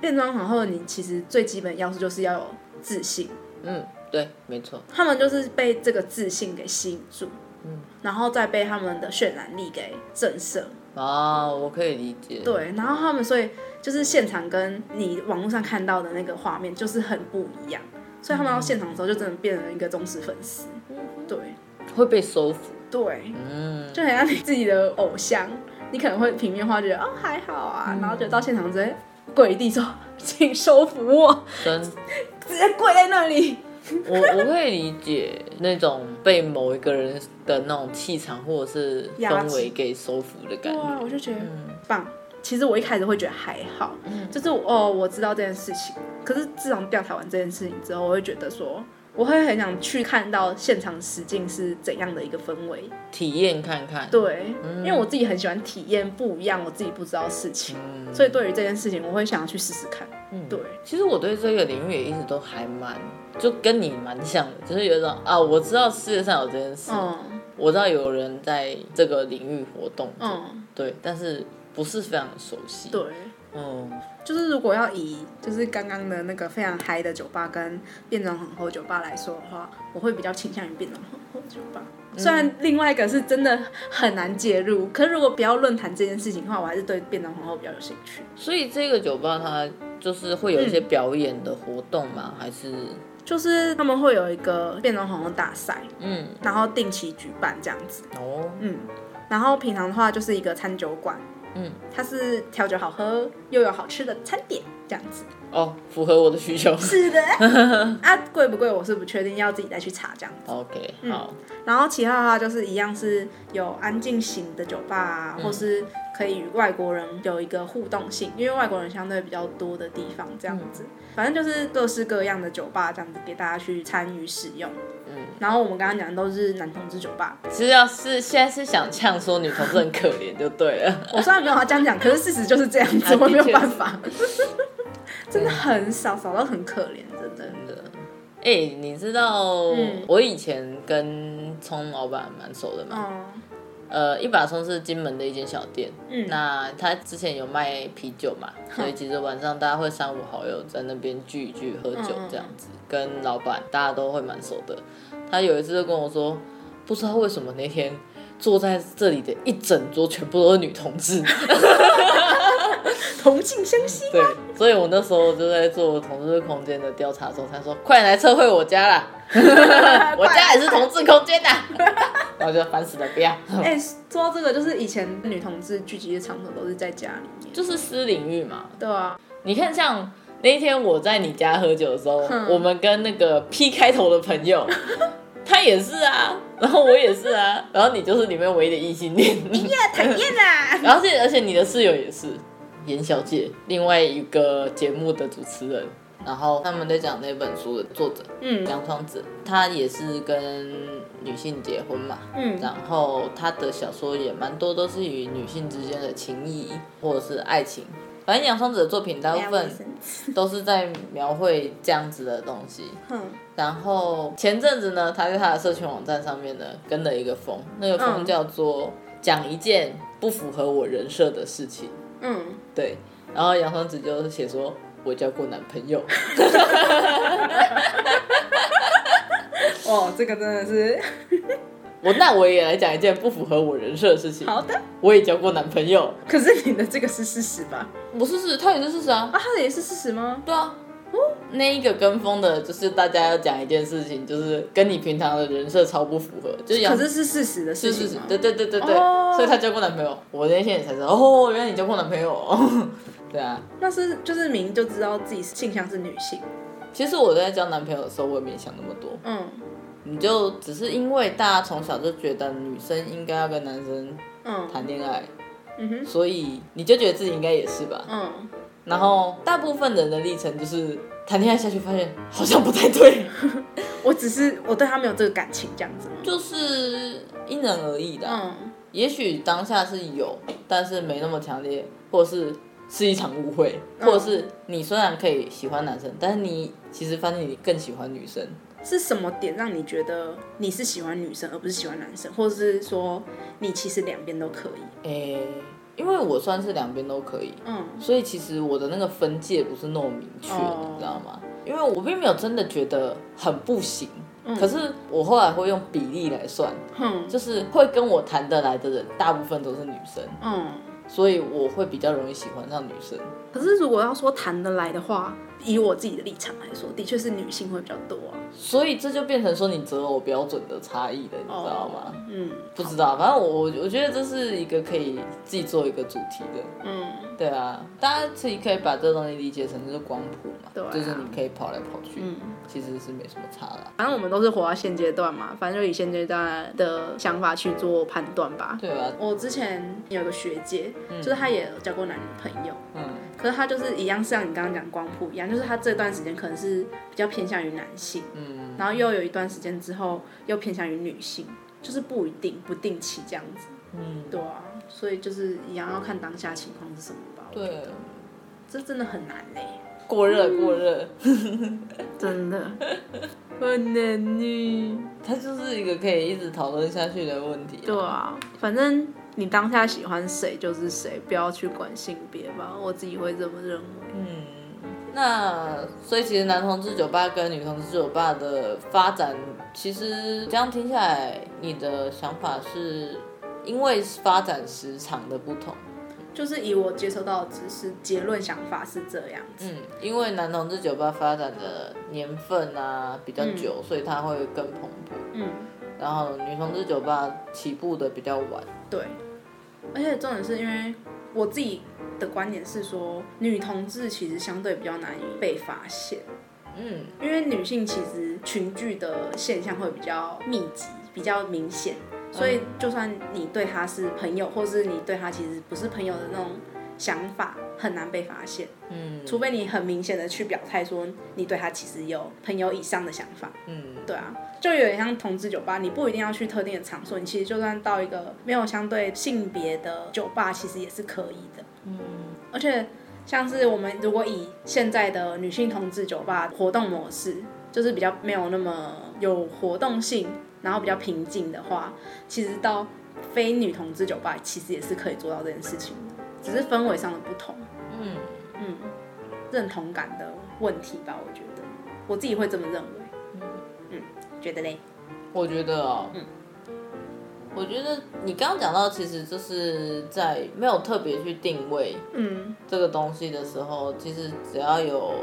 Speaker 1: 变装皇后你其实最基本的要素就是要有自信，
Speaker 2: 嗯，对，没错，
Speaker 1: 他们就是被这个自信给吸引住，
Speaker 2: 嗯
Speaker 1: 然后再被他们的渲染力给震慑。
Speaker 2: 哦，我可以理解。
Speaker 1: 对，然后他们所以就是现场跟你网络上看到的那个画面就是很不一样，所以他们到现场的时候就真的变成一个忠实粉丝。对
Speaker 2: 会被收服。
Speaker 1: 对，
Speaker 2: 嗯，
Speaker 1: 就很像你自己的偶像，你可能会平面化觉得哦还好啊，然后就到现场直接跪地说 请收服我，
Speaker 2: 真，
Speaker 1: 直接跪在那里。
Speaker 2: 我我可以理解那种被某一个人的那种气场或者是
Speaker 1: 压制
Speaker 2: 氛围给收服的感
Speaker 1: 哇，
Speaker 2: 觉。
Speaker 1: 啊我就觉得
Speaker 2: 嗯，
Speaker 1: 棒。其实我一开始会觉得还好，就是我哦，我知道这件事情。可是自从调查完这件事情之后，我会觉得说，我会很想去看到现场实境是怎样的一个氛围。
Speaker 2: 体验看看。
Speaker 1: 对，
Speaker 2: 嗯
Speaker 1: 因为我自己很喜欢体验不一样我自己不知道的事情，
Speaker 2: 嗯
Speaker 1: 所以对于这件事情，我会想要去试试看。
Speaker 2: 嗯
Speaker 1: 对，
Speaker 2: 其实我对这个领域也一直都还蛮，就跟你蛮像的，就是有一种啊，我知道世界上有这件事，
Speaker 1: 嗯
Speaker 2: 我知道有人在这个领域活动，
Speaker 1: 嗯，
Speaker 2: 对，但是不是非常熟悉。，
Speaker 1: 对。
Speaker 2: 嗯，
Speaker 1: 就是如果要以就是刚刚的那个非常嗨的酒吧跟变装皇后酒吧来说的话，我会比较倾向于变装皇后酒吧。虽然另外一个是真的很难介入，可是如果不要论坛这件事情的话，我还是对变装皇后比较有兴趣。
Speaker 2: 所以这个酒吧它就是会有一些表演的活动吗？还是
Speaker 1: 就是他们会有一个变装皇后大赛，
Speaker 2: 嗯
Speaker 1: 然后定期举办这样子。
Speaker 2: 哦
Speaker 1: 嗯，然后平常的话就是一个餐酒馆，
Speaker 2: 嗯
Speaker 1: 它是调酒好喝又有好吃的餐点这样子。
Speaker 2: 哦，符合我的需求。
Speaker 1: 是的， 啊贵不贵我是不确定，要自己再去查这样子。
Speaker 2: OK，好，
Speaker 1: 然后其他的话就是一样是有安静型的酒吧、啊，
Speaker 2: 嗯
Speaker 1: 或是可以与外国人有一个互动性，因为外国人相对比较多的地方这样子。
Speaker 2: 嗯
Speaker 1: 反正就是各式各样的酒吧这样子给大家去参与使用。
Speaker 2: 嗯，
Speaker 1: 然后我们刚刚讲的都是男同志酒 吧，
Speaker 2: 是要是现在是想呛说女同志很可怜就对了。
Speaker 1: 我虽然没有要这样讲，可是事实就是这样子，
Speaker 2: 啊
Speaker 1: 我没有
Speaker 2: 的确
Speaker 1: 办法。真的很少，少到很可怜，真的。
Speaker 2: 真的。哎、你知道、
Speaker 1: 嗯
Speaker 2: 我以前跟葱老板蛮熟的嘛？
Speaker 1: 哦，
Speaker 2: 呃，一把葱是金门的一间小店，
Speaker 1: 嗯
Speaker 2: 那他之前有卖啤酒嘛，所以其实晚上大家会三五好友在那边聚一聚喝酒
Speaker 1: 嗯嗯
Speaker 2: 这样子，跟老板大家都会蛮熟的。他有一次就跟我说，不知道为什么那天坐在这里的一整桌全部都是女同 志，
Speaker 1: 同性相吸，
Speaker 2: 对，所以我那时候就在做同志空间的调查的时候，他说快来测绘我家啦，
Speaker 1: 啊
Speaker 2: 我家也是同志空间的，啊 然后就烦死了，不要，
Speaker 1: 哎、说到这个，就是以前女同志聚集的场所都是在家里面。
Speaker 2: 就是私领域嘛，
Speaker 1: 对啊，
Speaker 2: 你看，像那一天我在你家喝酒的时候，
Speaker 1: 嗯
Speaker 2: 我们跟那个 P 开头的朋友，他也是啊，然后我也是啊，然后你就是里面唯一的异性恋，
Speaker 1: 讨厌啦！
Speaker 2: 然后而且而且你的室友也是严小姐，另外一个节目的主持人，然后他们在讲那本书的作者
Speaker 1: 嗯
Speaker 2: 杨双子，他也是跟女性结婚嘛，
Speaker 1: 嗯
Speaker 2: 然后他的小说也蛮多都是与女性之间的情谊或者是爱情。反正杨双子的作品大部分都是在描绘这样子的东西。
Speaker 1: 哼，
Speaker 2: 然后前阵子呢，他在他的社群网站上面呢跟了一个风，那个
Speaker 1: 嗯
Speaker 2: 风叫做“讲一件不符合我人设的事情
Speaker 1: 嗯，”。
Speaker 2: 对，然后杨双子就写说：“我交过男朋友。”
Speaker 1: 哦，这个真的是
Speaker 2: 我那我也来讲一件不符合我人设的事 情。
Speaker 1: 好的。
Speaker 2: 我也交过男朋友，
Speaker 1: 可是你的这个是事实吧？
Speaker 2: 不是事实，他也是事实啊
Speaker 1: 啊，。他的也是事实吗？
Speaker 2: 对啊， 那一个跟风的，就是大家要讲一件事情，就是跟你平常的人设超不符合，就是杨
Speaker 1: 可是是事实的
Speaker 2: 是
Speaker 1: 啊事
Speaker 2: 是
Speaker 1: 情
Speaker 2: 是
Speaker 1: 吗，？
Speaker 2: 对对对对对，
Speaker 1: 哦
Speaker 2: 所以她交过男朋友。我那天也才知道，哦，原来你交过男朋友 哦。对啊，
Speaker 1: 那是就是明就知道自己性向是女性。
Speaker 2: 其实我在交男朋友的时候，我也没想那么多，
Speaker 1: 嗯
Speaker 2: 你就只是因为大家从小就觉得女生应该要跟男生
Speaker 1: 嗯
Speaker 2: 谈恋爱，
Speaker 1: 嗯哼
Speaker 2: 所以你就觉得自己应该也是吧。
Speaker 1: 嗯，
Speaker 2: 然后大部分人的历程就是谈恋爱下去，发现好像不太 对，
Speaker 1: 我只是我对他没有这个感情这样子吗？
Speaker 2: 就是因人而异的啊。
Speaker 1: 嗯
Speaker 2: 也许当下是有，但是没那么强烈，或者是是一场误会，
Speaker 1: 嗯
Speaker 2: 或者是你虽然可以喜欢男生，但是你其实发现你更喜欢女生。
Speaker 1: 是什么点让你觉得你是喜欢女生而不是喜欢男生，或者是说你其实两边都可以？
Speaker 2: 诶、因为我算是两边都可以，
Speaker 1: 嗯
Speaker 2: 所以其实我的那个分界不是那么明确，
Speaker 1: 哦
Speaker 2: 你知道吗？因为我并没有真的觉得很不行，可是我后来会用比例来算，
Speaker 1: 嗯哼，
Speaker 2: 就是会跟我谈得来的人，大部分都是女生，
Speaker 1: 嗯。
Speaker 2: 所以我会比较容易喜欢上女生。
Speaker 1: 可是如果要说谈得来的话，以我自己的立场来说，的确是女性会比较多啊。
Speaker 2: 所以这就变成说你择偶标准的差异了，你知道吗？
Speaker 1: 嗯
Speaker 2: 不知道，反正我我我觉得这是一个可以自己做一个主题的，
Speaker 1: 嗯
Speaker 2: 对啊，大家自己可以把这东西理解成就是光谱嘛，
Speaker 1: 对啊
Speaker 2: 就是你可以跑来跑去，
Speaker 1: 嗯，
Speaker 2: 其实是没什么差啦。
Speaker 1: 反正我们都是活到现阶段嘛，反正就以现阶段的想法去做判断吧。嗯
Speaker 2: 对啊，
Speaker 1: 我之前有个学姐，就是她也有交过男女朋友，
Speaker 2: 嗯
Speaker 1: 可是她就是一样像你刚刚讲光谱一样，就是她这段时间可能是比较偏向于男性，
Speaker 2: 嗯，
Speaker 1: 然后又有一段时间之后又偏向于女性，就是不一定不定期这样子。
Speaker 2: 嗯，
Speaker 1: 对啊，所以就是一样要看当下情况是什么吧。我觉
Speaker 2: 对
Speaker 1: 得，这真的很难欸嘞、
Speaker 2: 过热过热，
Speaker 1: 真的很难呢。
Speaker 2: 它就是一个可以一直讨论下去的问题。
Speaker 1: 对啊，反正你当下喜欢谁就是谁，不要去管性别吧。我自己会这么认为。
Speaker 2: 嗯，那所以其实男同志酒吧跟女同志酒吧的发展，其实这样听下来，你的想法是因为发展时长的不同，
Speaker 1: 就是以我接收到的知识，结论想法是这样子。
Speaker 2: 嗯，因为男同志酒吧发展的年份啊比较久，所以它会更蓬勃，
Speaker 1: 嗯，
Speaker 2: 然后女同志酒吧起步的比较晚，
Speaker 1: 对。而且重点是因为我自己的观点是说，女同志其实相对比较难以被发现。
Speaker 2: 嗯
Speaker 1: 因为女性其实群聚的现象会比较密集、比较明显，所以就算你对她是朋友，或是你对她其实不是朋友的那种想法，很难被发现，
Speaker 2: 嗯
Speaker 1: 除非你很明显的去表态说你对她其实有朋友以上的想法。
Speaker 2: 嗯
Speaker 1: 对啊，就有点像同志酒吧，你不一定要去特定的场所，你其实就算到一个没有相对性别的酒吧，其实也是可以的。
Speaker 2: 嗯
Speaker 1: 而且像是我们如果以现在的女性同志酒吧活动模式，就是比较没有那么有活动性，然后比较平静的话，其实到非女同志酒吧其实也是可以做到这件事情的，只是氛围上的不同，
Speaker 2: 嗯，
Speaker 1: 嗯，认同感的问题吧，我觉得我自己会这么认为，嗯，觉得嘞，
Speaker 2: 我觉得哦，
Speaker 1: 嗯
Speaker 2: 我觉得你刚刚讲到，其实就是在没有特别去定位
Speaker 1: 嗯
Speaker 2: 这个东西的时候，其实只要有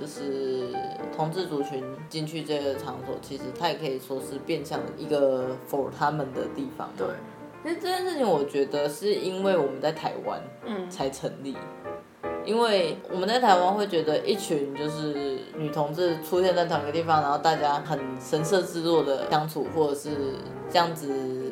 Speaker 2: 就是同志族群进去这个场所，其实它也可以说是变相一个 for 他们的地方。
Speaker 1: 对，
Speaker 2: 那这件事情，我觉得是因为我们在台湾
Speaker 1: 嗯
Speaker 2: 才成立。因为我们在台湾会觉得一群就是女同志出现在同一个地方，然后大家很神色自若的相处，或者是这样子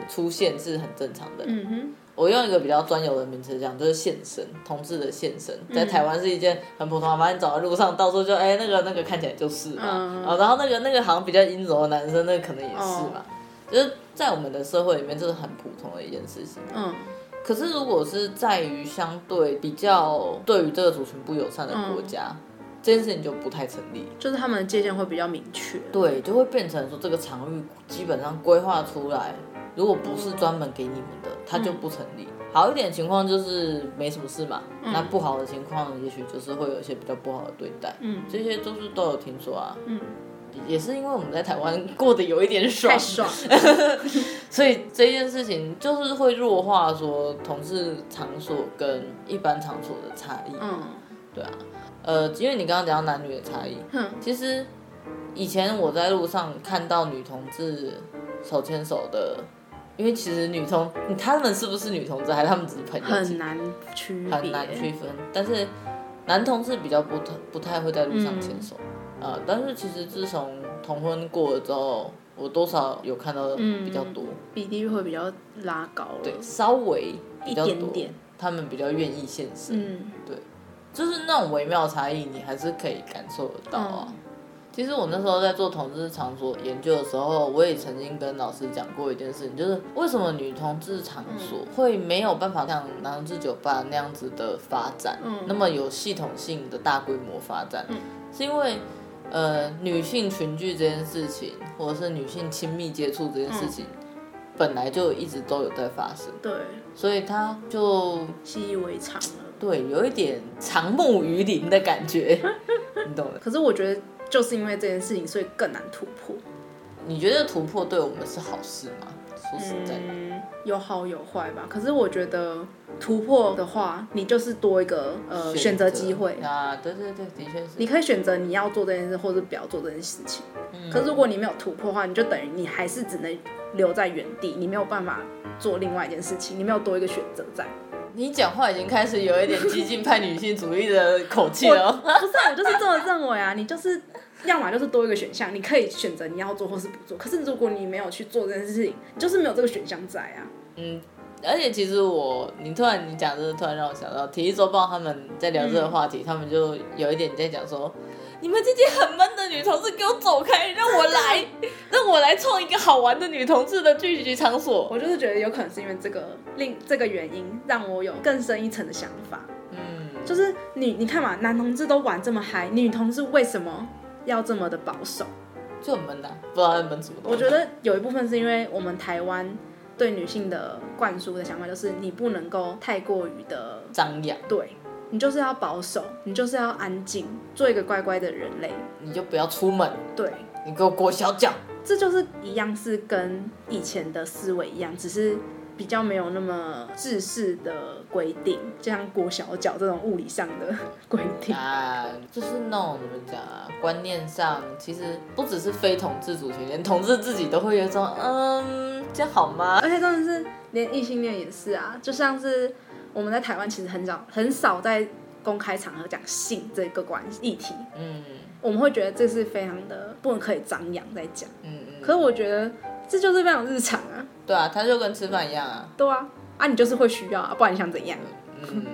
Speaker 2: 出现是很正常的。
Speaker 1: 嗯哼，
Speaker 2: 我用一个比较专有的名词讲，就是现身，同志的现身，在台湾是一件很普通的，反正走在路上到处就哎、那个那个看起来就是嘛，
Speaker 1: 嗯
Speaker 2: 啊然后那个那个好像比较阴柔的男生，那个可能也是嘛，就是在我们的社会里面，这是很普通的一件事情。
Speaker 1: 嗯
Speaker 2: 可是如果是在于相对比较对于这个族群不友善的国家，这件事情就不太成立。
Speaker 1: 就是他们的界限会比较明确，
Speaker 2: 对，就会变成说这个场域基本上规划出来，如果不是专门给你们的，它就不成立。好一点的情况就是没什么事嘛，那不好的情况也许就是会有一些比较不好的对待，
Speaker 1: 嗯
Speaker 2: 这些都是都有听说啊。
Speaker 1: 嗯，
Speaker 2: 也是因为我们在台湾过得有一点爽
Speaker 1: 太，爽了。
Speaker 2: 所以这件事情就是会弱化说同志场所跟一般场所的差异。
Speaker 1: 嗯
Speaker 2: 对啊，呃，因为你刚刚讲到男女的差异，
Speaker 1: 哼
Speaker 2: 其实以前我在路上看到女同志手牵手的，因为其实女同他们是不是女同志，还是他们只是朋友，其
Speaker 1: 很
Speaker 2: 实
Speaker 1: 难区别，
Speaker 2: 很难区分。但是男同志比较不太不太会在路上牵手，呃，但是其实自从同婚过了之后，我多少有看到比
Speaker 1: 嗯
Speaker 2: 较多，
Speaker 1: 比例会比较拉高了。
Speaker 2: 对，稍微比较多
Speaker 1: 一点点
Speaker 2: 他们比较愿意现身。
Speaker 1: 嗯，
Speaker 2: 就是那种微妙的差异，你还是可以感受得到啊。
Speaker 1: 嗯
Speaker 2: 其实我那时候在做同志场所研究的时候，我也曾经跟老师讲过一件事情，就是为什么女同志场所
Speaker 1: 嗯
Speaker 2: 会没有办法像男同志酒吧那样子的发展，
Speaker 1: 嗯
Speaker 2: 那么有系统性的大规模发展，
Speaker 1: 嗯
Speaker 2: 是因为呃女性群聚这件事情，或者是女性亲密接触这件
Speaker 1: 嗯
Speaker 2: 事情，本来就一直都有在发生，
Speaker 1: 对，
Speaker 2: 所以它就
Speaker 1: 习以为常了。
Speaker 2: 对，有一点长木于林的感觉，你懂的。
Speaker 1: 可是我觉得就是因为这件事情，所以更难突破。
Speaker 2: 你觉得突破对我们是好事吗？说实在的，
Speaker 1: 嗯，有好有坏吧。可是我觉得突破的话，你就是多一个呃选择机会，
Speaker 2: 啊，对对对，的确是。
Speaker 1: 你可以选择你要做这件事，或者不要做这件事情。
Speaker 2: 嗯
Speaker 1: 可是如果你没有突破的话，你就等于你还是只能留在原地，你没有办法做另外一件事情，你没有多一个选择在。
Speaker 2: 你讲话已经开始有一点激进派女性主义的口气
Speaker 1: 我
Speaker 2: 了。
Speaker 1: 不是啊，我就是这么认为啊。你就是要么就是多一个选项，你可以选择你要做或是不做。可是如果你没有去做这件事情，你就是没有这个选项在啊。
Speaker 2: 嗯，而且其实我，你突然你讲这个，突然让我想到《体育周报》他们在聊
Speaker 1: 嗯
Speaker 2: 这个话题，他们就有一点在讲说，你们这些很闷的女同志给我走开，让我来，让我来创一个好玩的女同志的聚集场所。
Speaker 1: 我就是觉得有可能是因为这个另这个原因，让我有更深一层的想法。
Speaker 2: 嗯，
Speaker 1: 就是你你看嘛，男同志都玩这么嗨，女同志为什么要这么的保守？
Speaker 2: 就很闷呐、啊不知道在闷什么东西。
Speaker 1: 我觉得有一部分是因为我们台湾对女性的灌输的想法就是你不能够太过于的
Speaker 2: 张扬，
Speaker 1: 对，你就是要保守，你就是要安静，做一个乖乖的人类。
Speaker 2: 你就不要出门，
Speaker 1: 对，
Speaker 2: 你给我裹小 脚。
Speaker 1: 这就是一样是跟以前的思维一样，只是比较没有那么制式的规定，就像裹小脚这种物理上的规定。
Speaker 2: 啊，就是那种怎么讲啊，观念上其实不只是非同志族群，连同志自己都会有一种，嗯，这样好吗？
Speaker 1: 而且真的是连异性恋也是啊，就像是我们在台湾其实很少很少在公开场合讲性这个关议题，
Speaker 2: 嗯
Speaker 1: 我们会觉得这是非常的不可以张扬在讲。
Speaker 2: 嗯嗯，
Speaker 1: 可是我觉得这就是非常日常啊，
Speaker 2: 对啊，它就跟吃饭一样啊，
Speaker 1: 对啊，啊你就是会需要啊，不然你想怎样？
Speaker 2: 嗯，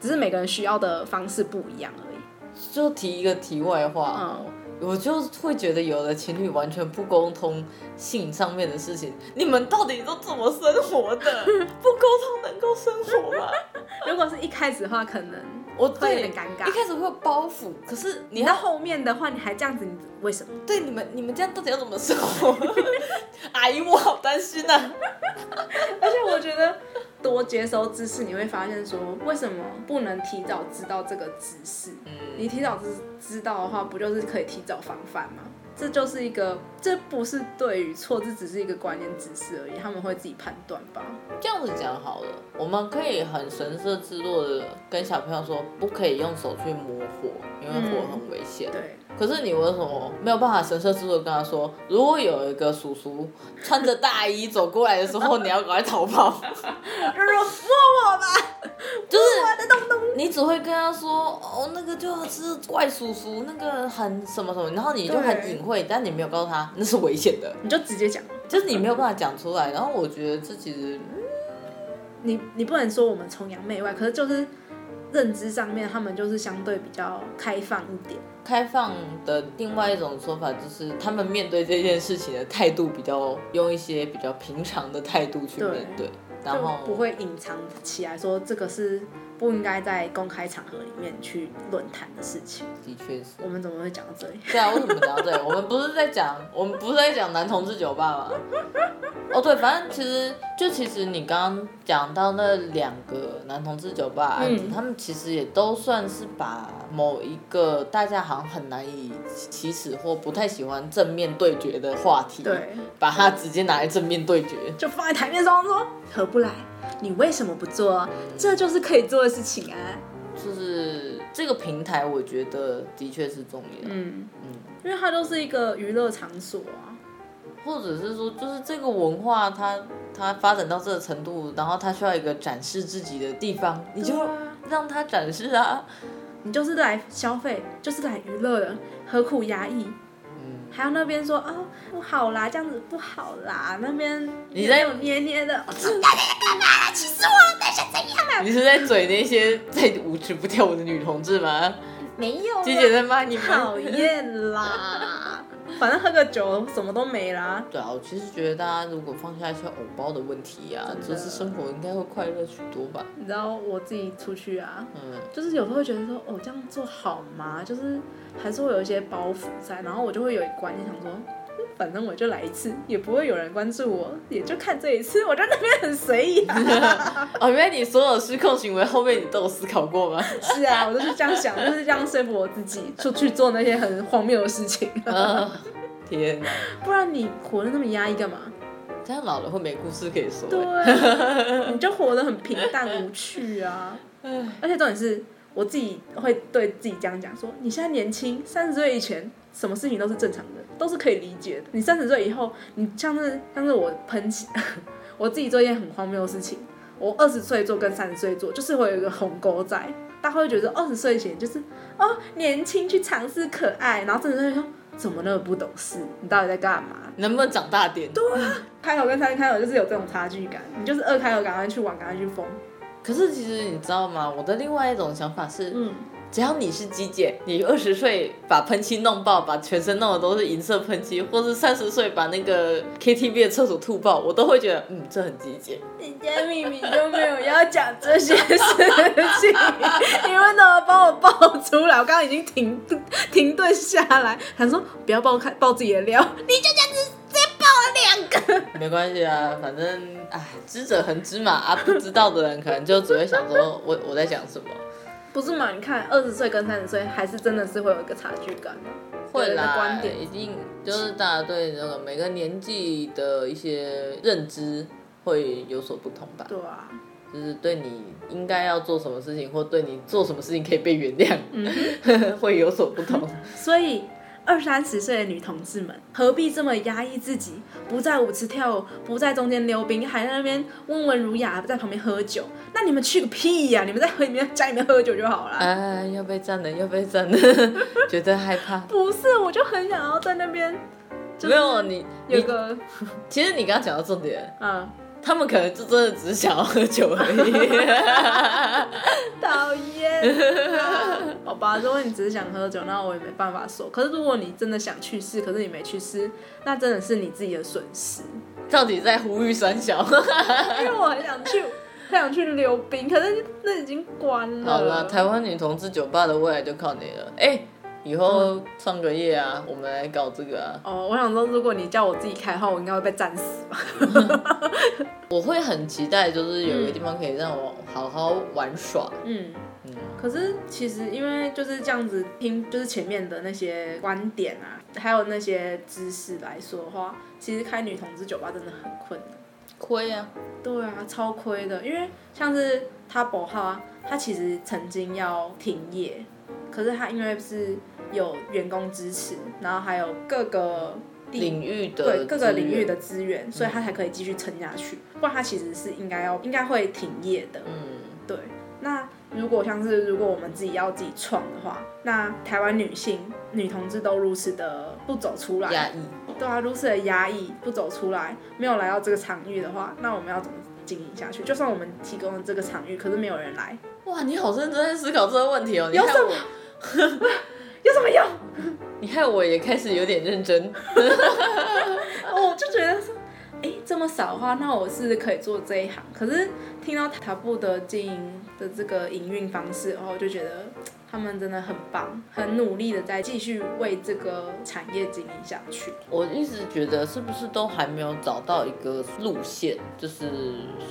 Speaker 1: 只是每个人需要的方式不一样而已。
Speaker 2: 就提一个题外话，
Speaker 1: 嗯，
Speaker 2: 我就会觉得有的情侣完全不沟通性上面的事情，你们到底都怎么生活 的？不沟通能够生活吗？
Speaker 1: 如果是一开始的话，可能
Speaker 2: 我
Speaker 1: 会有
Speaker 2: 对
Speaker 1: 点尴尬
Speaker 2: 一开始会有包袱，可是你
Speaker 1: 你到
Speaker 2: 要
Speaker 1: 后面的话，你还这样子，你为什么？
Speaker 2: 对你们，你们这样到底要怎么生活？阿姨，我好担心呐、 啊。
Speaker 1: 而且我觉得多接收知识，你会发现说，为什么不能提早知道这个知识？你提早知知道的话，不就是可以提早防范吗？这就是一个，这不是对与错，这只是一个观念知识而已，他们会自己判断吧。
Speaker 2: 这样子讲好了，我们可以很神色自若的跟小朋友说，不可以用手去摸火，因为火很危险。
Speaker 1: 对，
Speaker 2: 可是你为什么没有办法神色自若地跟他说，如果有一个叔叔穿着大衣走过来的时候，你要赶快逃跑？就是 你只会跟他说，哦，那个就是怪叔叔，那个很什么什么，然后你就很
Speaker 1: 对
Speaker 2: 隐晦，但你没有告诉他那是危险的，
Speaker 1: 你就直接讲，
Speaker 2: 就是你没有办法讲出来。然后我觉得这其实
Speaker 1: 你你不能说我们崇洋媚外，可是就是认知上面，他们就是相对比较开放一点。
Speaker 2: 开放的另外一种说法就是，他们面对这件事情的态度比较用一些比较平常的态度去面对，然
Speaker 1: 就
Speaker 2: 后
Speaker 1: 不会隐藏起来说这个是不应该在公开场合里面去论坛的事情。
Speaker 2: 的确是。
Speaker 1: 我们怎么会讲到这里？
Speaker 2: 对啊，为什么讲到这里？我们不是在讲，我们不是在讲男同志酒吧吗？哦，对，反正其实就其实你刚刚讲到那两个男同志酒吧案子，
Speaker 1: 嗯
Speaker 2: 他们其实也都算是把某一个大家好像很难以启齿或不太喜欢正面对决的话题，
Speaker 1: 对，
Speaker 2: 把它直接拿来正面对决。
Speaker 1: 就放在台面上说合不来，你为什么不做？这就是可以做的事情啊。
Speaker 2: 就是这个平台，我觉得的确是重要，
Speaker 1: 嗯
Speaker 2: 嗯
Speaker 1: 因为它就是一个娱乐场所啊。
Speaker 2: 或者是说，就是这个文化它它发展到这个程度，然后它需要一个展示自己的地方，你就
Speaker 1: 对啊
Speaker 2: 让它展示啊。
Speaker 1: 你就是来消费，就是来娱乐的，何苦压抑？
Speaker 2: 嗯，
Speaker 1: 还有那边说哦不好啦，这样子不好啦，那边
Speaker 2: 你在
Speaker 1: 扭扭捏捏 的，啊
Speaker 2: 嗯你是在嘴那些在舞池不跳舞的女同 志吗？
Speaker 9: 没有
Speaker 2: 姐姐在骂你
Speaker 1: 讨
Speaker 2: 们。
Speaker 1: 厌啦！反正喝个酒什么都没啦。
Speaker 2: 对啊，我其实觉得大家如果放下一些偶包的问题啊，
Speaker 1: 真
Speaker 2: 就
Speaker 1: 的
Speaker 2: 是生活应该会快乐许多吧。
Speaker 1: 你知道我自己出去啊，
Speaker 2: 嗯，
Speaker 1: 就是有时候会觉得说，哦，这样做好吗？就是还是会有一些包袱在，然后我就会有一关，就想说，嗯反正我就来一次，也不会有人关注我，也就看这一次，我在那边很随意、啊
Speaker 2: 哦，原来你所有失控行为后面你都有思考过 吗？
Speaker 1: 是啊，我就是这样想，就是这样说服我自己，出去做那些很荒谬的事情。
Speaker 2: 嗯，天哪，
Speaker 1: 不然你活得那么压抑干嘛？
Speaker 2: 这样老了会没故事可以说、
Speaker 1: 对啊，你就活得很平淡无趣啊。而且重点是，我自己会对自己这样讲说：你现在年轻，三十岁以前，什么事情都是正常的，都是可以理解的。你三十岁以后，你像是像是我喷漆， 我自己做一件很荒谬的事情，我二十岁做跟三十岁做，就是会有一个鸿沟在。大家会觉得二十岁以前就是哦年轻去尝试可爱，然后真的会说怎么那么不懂事，你到底在干嘛？
Speaker 2: 能不能长大点？对。
Speaker 1: 开头跟三开头就是有这种差距感，你就是二开头赶快去玩，赶快去疯。
Speaker 2: 可是其实你知道吗？我的另外一种想法是，
Speaker 1: 嗯，
Speaker 2: 只要你是机姐，你二十岁把喷漆弄爆，把全身弄的都是银色喷漆，或是三十岁把那个 KTV 的厕所吐爆，我都会觉得，嗯，这很机姐。
Speaker 1: 你今天明明就没有要讲这些事情， 你为什么帮我爆出来？我刚刚已经停停顿下来，想说不要爆开爆自己的料。
Speaker 2: 没关系啊，反正哎，知者恒知嘛，啊，不知道的人可能就只会想说 我我在讲什么。
Speaker 1: 不是嘛？你看二十岁跟三十岁还是真的是会有一个差距感的，
Speaker 2: 会
Speaker 1: 有一
Speaker 2: 啦，
Speaker 1: 个观点
Speaker 2: 一定就是大家对那个每个年纪的一些认知会有所不同吧。
Speaker 1: 对啊，
Speaker 2: 就是对你应该要做什么事情，或对你做什么事情可以被原谅，
Speaker 1: 嗯
Speaker 2: 会有所不 同。
Speaker 1: 所以。二三十岁的女同志们，何必这么压抑自己？不在舞池跳舞，不在中间溜冰，还在那边温文儒雅，在旁边喝酒。那你们去个屁呀、你们在和你们家里面喝酒就好了。
Speaker 2: 哎，要被占了，要被占了， 觉得害怕。
Speaker 1: 不是，我就很想要在那边是
Speaker 2: 没有你，
Speaker 1: 有
Speaker 2: 你
Speaker 1: 个
Speaker 2: 其实你刚刚讲到重点，
Speaker 1: 嗯，
Speaker 2: 他们可能就真的只是想要喝酒而已。
Speaker 1: 讨厌 啊。好吧，如果你只是想喝酒，那我也没办法说。可是如果你真的想去试，可是你没去试，那真的是你自己的损 失。
Speaker 2: 到底在呼吁 三小？
Speaker 1: 因为我很想去，很想去溜冰，可是那已经关了。
Speaker 2: 好了，台湾女同志酒吧的未来就靠你了。哎、以后
Speaker 1: 嗯
Speaker 2: 上个月啊，我们来搞这个啊。
Speaker 1: 哦，我想说，如果你叫我自己开的话，我应该会被战死吧？
Speaker 2: 我会很期待，就是有一个地方可以让我好好玩耍。
Speaker 1: 嗯。
Speaker 2: 嗯，
Speaker 1: 可是其实因为就是这样子听，就是前面的那些观点啊，还有那些知识来说的话，其实开女同志酒吧真的很困难。
Speaker 2: 亏啊！
Speaker 1: 对啊，超亏的，因为像是他博浩啊，他其实曾经要停业，可是他因为是有员工支持，然后还有各个地
Speaker 2: 领域的
Speaker 1: 对各个
Speaker 2: 资源
Speaker 1: 领域的资源，所以他才可以继续撑下去，不然他其实是应该要应该会停业的。
Speaker 2: 嗯，
Speaker 1: 对，那如果像是如果我们自己要自己创的话，那台湾女性女同志都如此的不走出
Speaker 2: 压
Speaker 1: 来，
Speaker 2: 抑。
Speaker 1: 对啊，如此的压抑不走出来，没有来到这个场域的话，那我们要怎么经营下去？就算我们提供了这个场域，可是没有人来，
Speaker 2: 哇，你好认真在思考这个问题哦。你
Speaker 1: 有
Speaker 2: 害
Speaker 1: 什么
Speaker 2: 我，
Speaker 1: 有什么用？
Speaker 2: 你害我也开始有点认真。
Speaker 1: 哦我就觉得说，哎、这么少的话，那我是可以做这一行。可是听到塔布的经营的这个营运方式后，我就觉得他们真的很棒，很努力的在继续为这个产业经营下去。
Speaker 2: 我一直觉得是不是都还没有找到一个路线，就是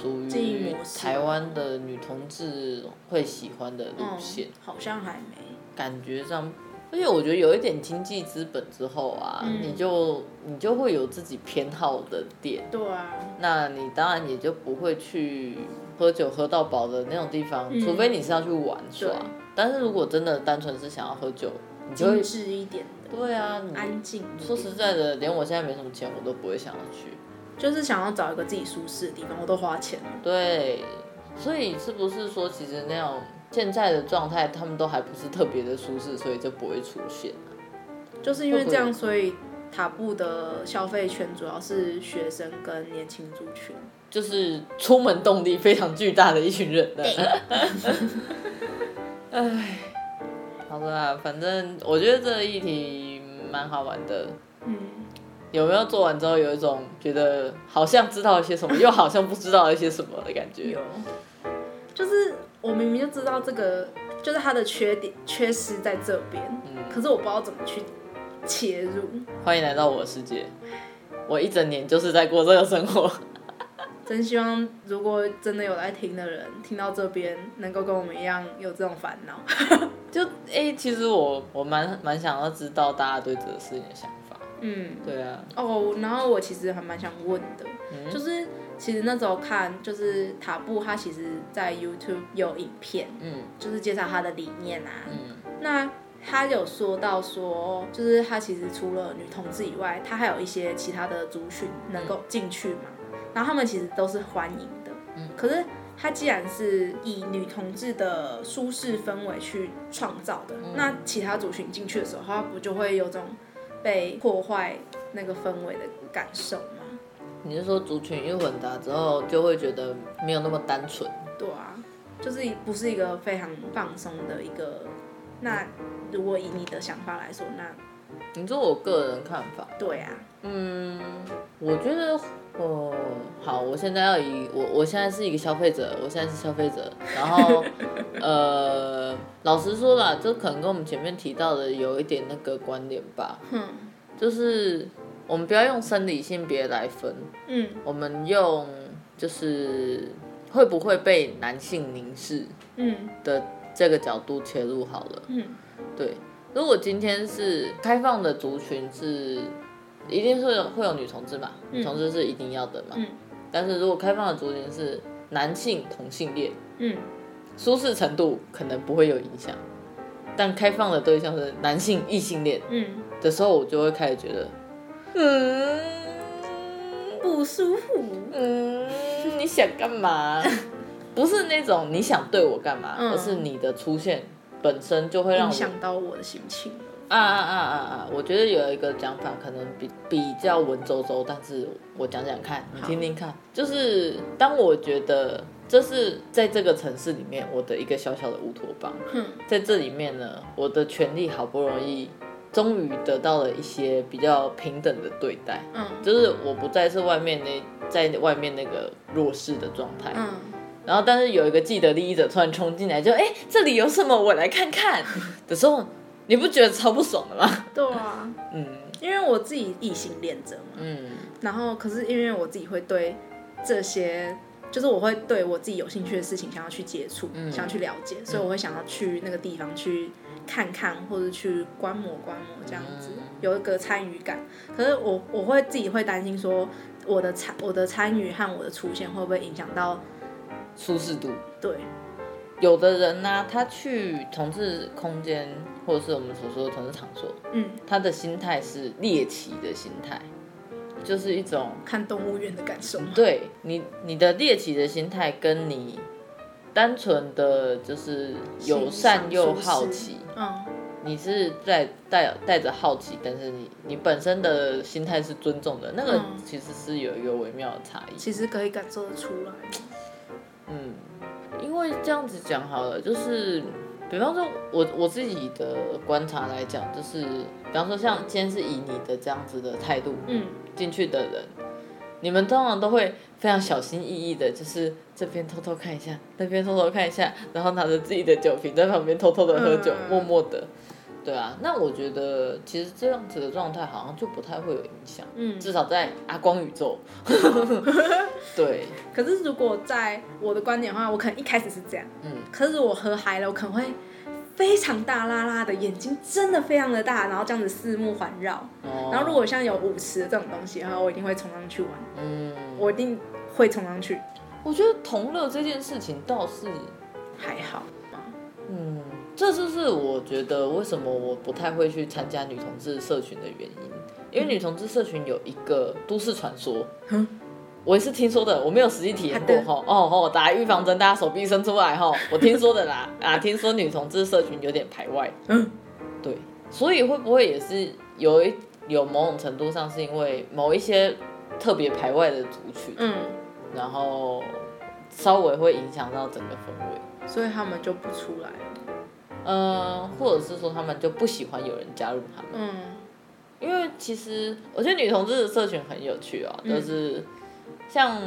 Speaker 2: 属
Speaker 1: 经营
Speaker 2: 于
Speaker 1: 模式
Speaker 2: 台湾的女同志会喜欢的
Speaker 1: 嗯
Speaker 2: 路线，
Speaker 1: 好像还没，
Speaker 2: 感觉上。而且我觉得有一点经济资本之后啊，
Speaker 1: 嗯
Speaker 2: 你就你就会有自己偏好的点，
Speaker 1: 对啊，
Speaker 2: 那你当然也就不会去喝酒喝到饱的那种地方，
Speaker 1: 嗯
Speaker 2: 除非你是要去玩耍
Speaker 1: 对。
Speaker 2: 但是如果真的单纯是想要喝酒，你就
Speaker 1: 精
Speaker 2: 会
Speaker 1: 致一点的，
Speaker 2: 对啊，你
Speaker 1: 安静一点。
Speaker 2: 说实在的，连我现在没什么钱，我都不会想要去。
Speaker 1: 就是想要找一个自己舒适的地方，我都花钱了。
Speaker 2: 对，所以是不是说，其实那种现在的状态，他们都还不是特别的舒适，所以就不会出现、
Speaker 1: 就是因为这
Speaker 2: 会不
Speaker 1: 样，
Speaker 2: 会
Speaker 1: 所以塔布的消费圈主要是学生跟年轻族群。
Speaker 2: 就是出门动力非常巨大的一群人呢。 唉，好啦，反正我觉得这个议题蛮好玩的。
Speaker 1: 嗯，
Speaker 2: 有没有做完之后有一种觉得好像知道一些什么，又好像不知道一些什么的感觉？
Speaker 1: 有，就是我明明就知道这个，就是它的缺点缺失在这边，可是我不知道怎么去切入，
Speaker 2: 欢迎来到我的世界，我一整年就是在过这个生活。
Speaker 1: 真希望如果真的有来听的人听到这边，能够跟我们一样有这种烦恼。
Speaker 2: 就哎、欸其实我我蛮蛮想要知道大家对这个事情的想法，
Speaker 1: 嗯，
Speaker 2: 对啊，
Speaker 1: 哦，然后我其实还蛮想问的，
Speaker 2: 嗯
Speaker 1: 就是其实那时候看，就是塔布他其实在 YouTube 有影片，
Speaker 2: 嗯
Speaker 1: 就是介绍他的理念啊。
Speaker 2: 嗯
Speaker 1: 那他有说到说，就是他其实除了女同志以外，他还有一些其他的族群能够进去嘛，然后他们其实都是欢迎的。
Speaker 2: 嗯
Speaker 1: 可是他既然是以女同志的舒适氛围去创造的，
Speaker 2: 嗯
Speaker 1: 那其他族群进去的时候，他不就会有种被破坏那个氛围的感受吗？
Speaker 2: 你是说族群一混杂之后，就会觉得没有那么单纯？
Speaker 1: 对啊，就是不是一个非常放松的一个。那如果以你的想法来说，那
Speaker 2: 你说我个人看法，
Speaker 1: 对啊，
Speaker 2: 嗯，我觉得，呃，好，我现在要以我我现在是一个消费者，我现在是消费者，然后，呃，老实说啦，这可能跟我们前面提到的有一点那个关联吧，
Speaker 1: 哼，
Speaker 2: 就是我们不要用生理性别来分，
Speaker 1: 嗯，
Speaker 2: 我们用就是会不会被男性凝视
Speaker 1: 嗯
Speaker 2: 的这个角度切入好了。
Speaker 1: 嗯
Speaker 2: 对，如果今天是开放的族群是，一定是有会有女同志嘛，女同志是一定要的嘛。
Speaker 1: 嗯
Speaker 2: 但是如果开放的族群是男性同性恋，
Speaker 1: 嗯
Speaker 2: 舒适程度可能不会有影响。但开放的对象是男性异性恋
Speaker 1: 嗯，
Speaker 2: 的时候，我就会开始觉得，嗯
Speaker 1: 不舒服。
Speaker 2: 嗯，你想 干嘛？不是那种你想对我干嘛，
Speaker 1: 嗯
Speaker 2: 而是你的出现本身就会让
Speaker 1: 影
Speaker 2: 我
Speaker 1: 响到我的心情了。
Speaker 2: 啊啊啊啊啊！我觉得有一个讲法可能比比较文绉绉，但是我讲讲看，你听听看。就是当我觉得这是在这个城市里面我的一个小小的乌托邦，
Speaker 1: 哼，
Speaker 2: 在这里面呢，我的权利好不容易终于得到了一些比较平等的对待，
Speaker 1: 嗯
Speaker 2: 就是我不再是外面那在外面那个弱势的状态。
Speaker 1: 嗯
Speaker 2: 然后，但是有一个既得利益者突然冲进来就，哎，这里有什么？我来看看的时候，你不觉得超不爽的吗？
Speaker 1: 对啊，
Speaker 2: 嗯
Speaker 1: 因为我自己异性恋者嘛，
Speaker 2: 嗯
Speaker 1: 然后可是因为我自己会对这些，就是我会对我自己有兴趣的事情想要去接触，
Speaker 2: 嗯
Speaker 1: 想要去了解，所以我会想要去那个地方去看看，或者去观摩观摩这样子，
Speaker 2: 嗯
Speaker 1: 有一个参与感。可是我我会自己会担心说，我的参我的参与和我的出现会不会影响到
Speaker 2: 舒适度。
Speaker 1: 对，
Speaker 2: 有的人呢、他去同志空间，或者是我们所说的同志场所，
Speaker 1: 嗯，
Speaker 2: 他的心态是猎奇的心态，就是一种
Speaker 1: 看动物园的感受嘛。
Speaker 2: 对你你的猎奇的心态，跟你单纯的就是友善又好奇，
Speaker 1: 嗯。
Speaker 2: 你是在带带着好奇，但是你你本身的心态是尊重的，那个
Speaker 1: 嗯
Speaker 2: 其实是有一个微妙的差异。
Speaker 1: 其实可以感受得出来。
Speaker 2: 嗯，因为这样子讲好了，就是比方说我我自己的观察来讲，就是比方说像今天是以你的这样子的态度
Speaker 1: 嗯，
Speaker 2: 进去的人，你们通常都会非常小心翼翼的，就是这边偷偷看一下，那边偷偷看一下，然后拿着自己的酒瓶在旁边偷偷的喝酒，
Speaker 1: 嗯
Speaker 2: 默默的。对啊，那我觉得其实这样子的状态好像就不太会有影 响，
Speaker 1: 嗯
Speaker 2: 至少在阿光宇 宙，对，
Speaker 1: 可是如果在我的观点的话，我可能一开始是这样，
Speaker 2: 嗯
Speaker 1: 可是我喝嗨了，我可能会非常大拉拉的眼睛，真的非常的大，然后这样子四目环绕。
Speaker 2: 哦
Speaker 1: 然后如果像有舞池这种东西的话，我一定会冲上去玩，
Speaker 2: 嗯，
Speaker 1: 我一定会冲上去。
Speaker 2: 我觉得同乐这件事情倒是，
Speaker 1: 还好，
Speaker 2: 嗯，这就是我觉得为什么我不太会去参加女同志社群的原因，因为女同志社群有一个都市传说，
Speaker 1: 嗯
Speaker 2: 我也是听说的，我没有实际体验
Speaker 1: 好
Speaker 2: 过
Speaker 1: 的
Speaker 2: 哈。哦哦，打预防针，大家手臂伸出来哈，我听说的啦 啊，听说女同志社群有点排外，
Speaker 1: 嗯，
Speaker 2: 对，所以会不会也是有一有某种程度上是因为某一些特别排外的族群，
Speaker 1: 嗯，
Speaker 2: 然后稍微会影响到整个氛围。
Speaker 1: 所以他们就不出来了。
Speaker 2: 嗯，或者是说他们就不喜欢有人加入他们，
Speaker 1: 嗯
Speaker 2: 因为其实我觉得女同志的社群很有趣啊，
Speaker 1: 嗯
Speaker 2: 就是像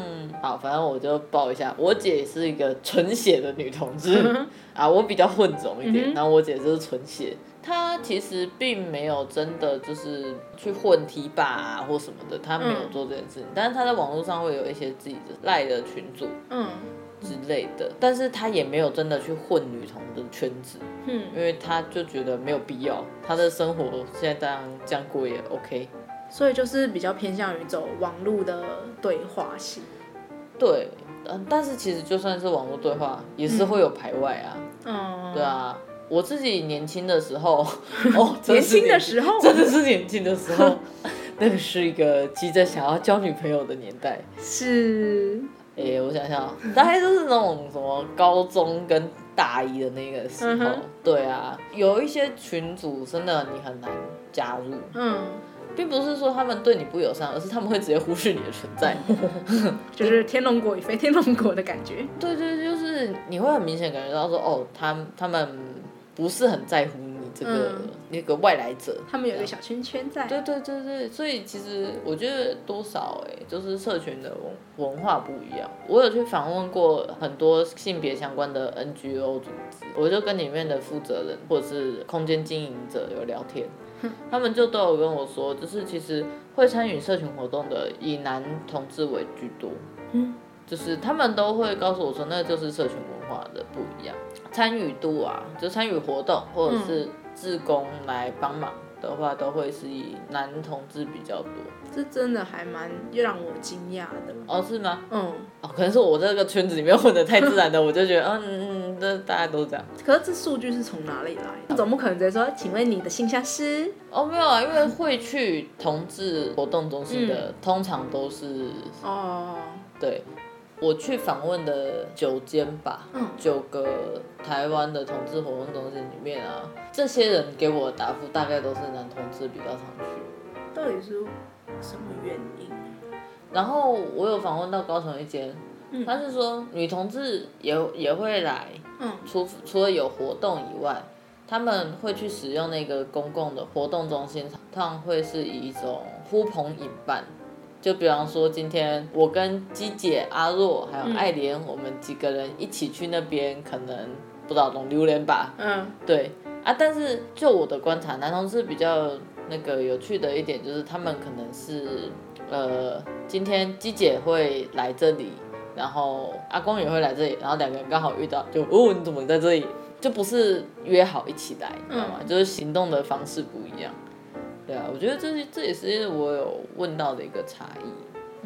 Speaker 2: 好，反正我就报一下，我姐是一个纯血的女同 志啊，我比较混种一
Speaker 1: 嗯
Speaker 2: 点，
Speaker 1: 哼
Speaker 2: 然后我姐就是纯血，她其实并没有真的就是去混踢吧啊或什么的，她没有
Speaker 1: 嗯
Speaker 2: 做这件事情，但是她在网络上会有一些自己的赖的群组
Speaker 1: 嗯
Speaker 2: 之类的，但是她也没有真的去混女同的圈子，
Speaker 1: 嗯，
Speaker 2: 因为他就觉得没有必要，他的生活现在这样这样过也 OK，
Speaker 1: 所以就是比较偏向于走网络的对话型。
Speaker 2: 对，嗯，但是其实就算是网络对话，也是会有排外啊。
Speaker 1: 嗯，
Speaker 2: 对啊，我自己年轻的时 候，哦，真
Speaker 1: 年
Speaker 2: 是
Speaker 1: 轻的时候
Speaker 2: 真的是年轻的时候， 那个是一个急着想要交女朋友的年代。
Speaker 1: 是
Speaker 2: 诶、我想想，
Speaker 1: 嗯
Speaker 2: 大概就是那种什么高中跟大一的那个时
Speaker 1: 嗯
Speaker 2: 候，
Speaker 1: 哼
Speaker 2: 对啊，有一些群组真的你很难加入，
Speaker 1: 嗯，
Speaker 2: 并不是说他们对你不友善，而是他们会直接忽视你的存 在。
Speaker 1: 就是天龙国与非天龙国的感觉。
Speaker 2: 对对，就是你会很明显感觉到说，哦，他他们不是很在乎你这个、
Speaker 1: 嗯
Speaker 2: 那个外来者，
Speaker 1: 他们有一个小圈圈在。
Speaker 2: 对对对对，所以其实我觉得多少哎、就是社群的文文化不一样。我有去访问过很多性别相关的 NGO 组织，我就跟里面的负责人或者是空间经营者有聊天，他们就都有跟我说，就是其实会参与社群活动的以男同志为居多，
Speaker 1: 嗯，
Speaker 2: 就是他们都会告诉我说，那就是社群文化的不一样，参与度啊，就参与活动或者是志工来帮忙。的话都会是以男同志比较多
Speaker 1: 这真的还蛮让我惊讶的。
Speaker 2: 哦，是吗？
Speaker 1: 嗯，
Speaker 2: 哦，可能是我这个圈子里面混的太自然了，我就觉得，嗯嗯，这大家都这样。
Speaker 1: 可是这数据是从哪里来？总不可能直接说，请问你的性向是？
Speaker 2: 哦，没有啊，因为会去同志活动中心的，通常都是
Speaker 1: 哦，
Speaker 2: 对我去访问的九间吧，
Speaker 1: 嗯
Speaker 2: 九个台湾的同志活动中心里面啊，这些人给我的答复大概都是男同志比较常去。
Speaker 1: 到底是什么原因？
Speaker 2: 然后我有访问到高雄一间，他是说女同志也也会来，
Speaker 1: 嗯
Speaker 2: 除除了有活动以外，他们会去使用那个公共的活动中心，通常会是以一种呼朋引伴。就比方说，今天我跟鸡姐、阿若还有爱莲，我们几个人一起去那边，可能不知道弄榴莲吧，
Speaker 1: 嗯，
Speaker 2: 对啊，但是就我的观察，男同志比较那个有趣的一点就是，他们可能是呃，今天鸡姐会来这里，然后阿公也会来这里，然后两个人刚好遇到，就哦你怎么在这里？就不是约好一起来，你知道吗？就是行动的方式不一样。对啊，我觉得这是这也是我有问到的一个差异。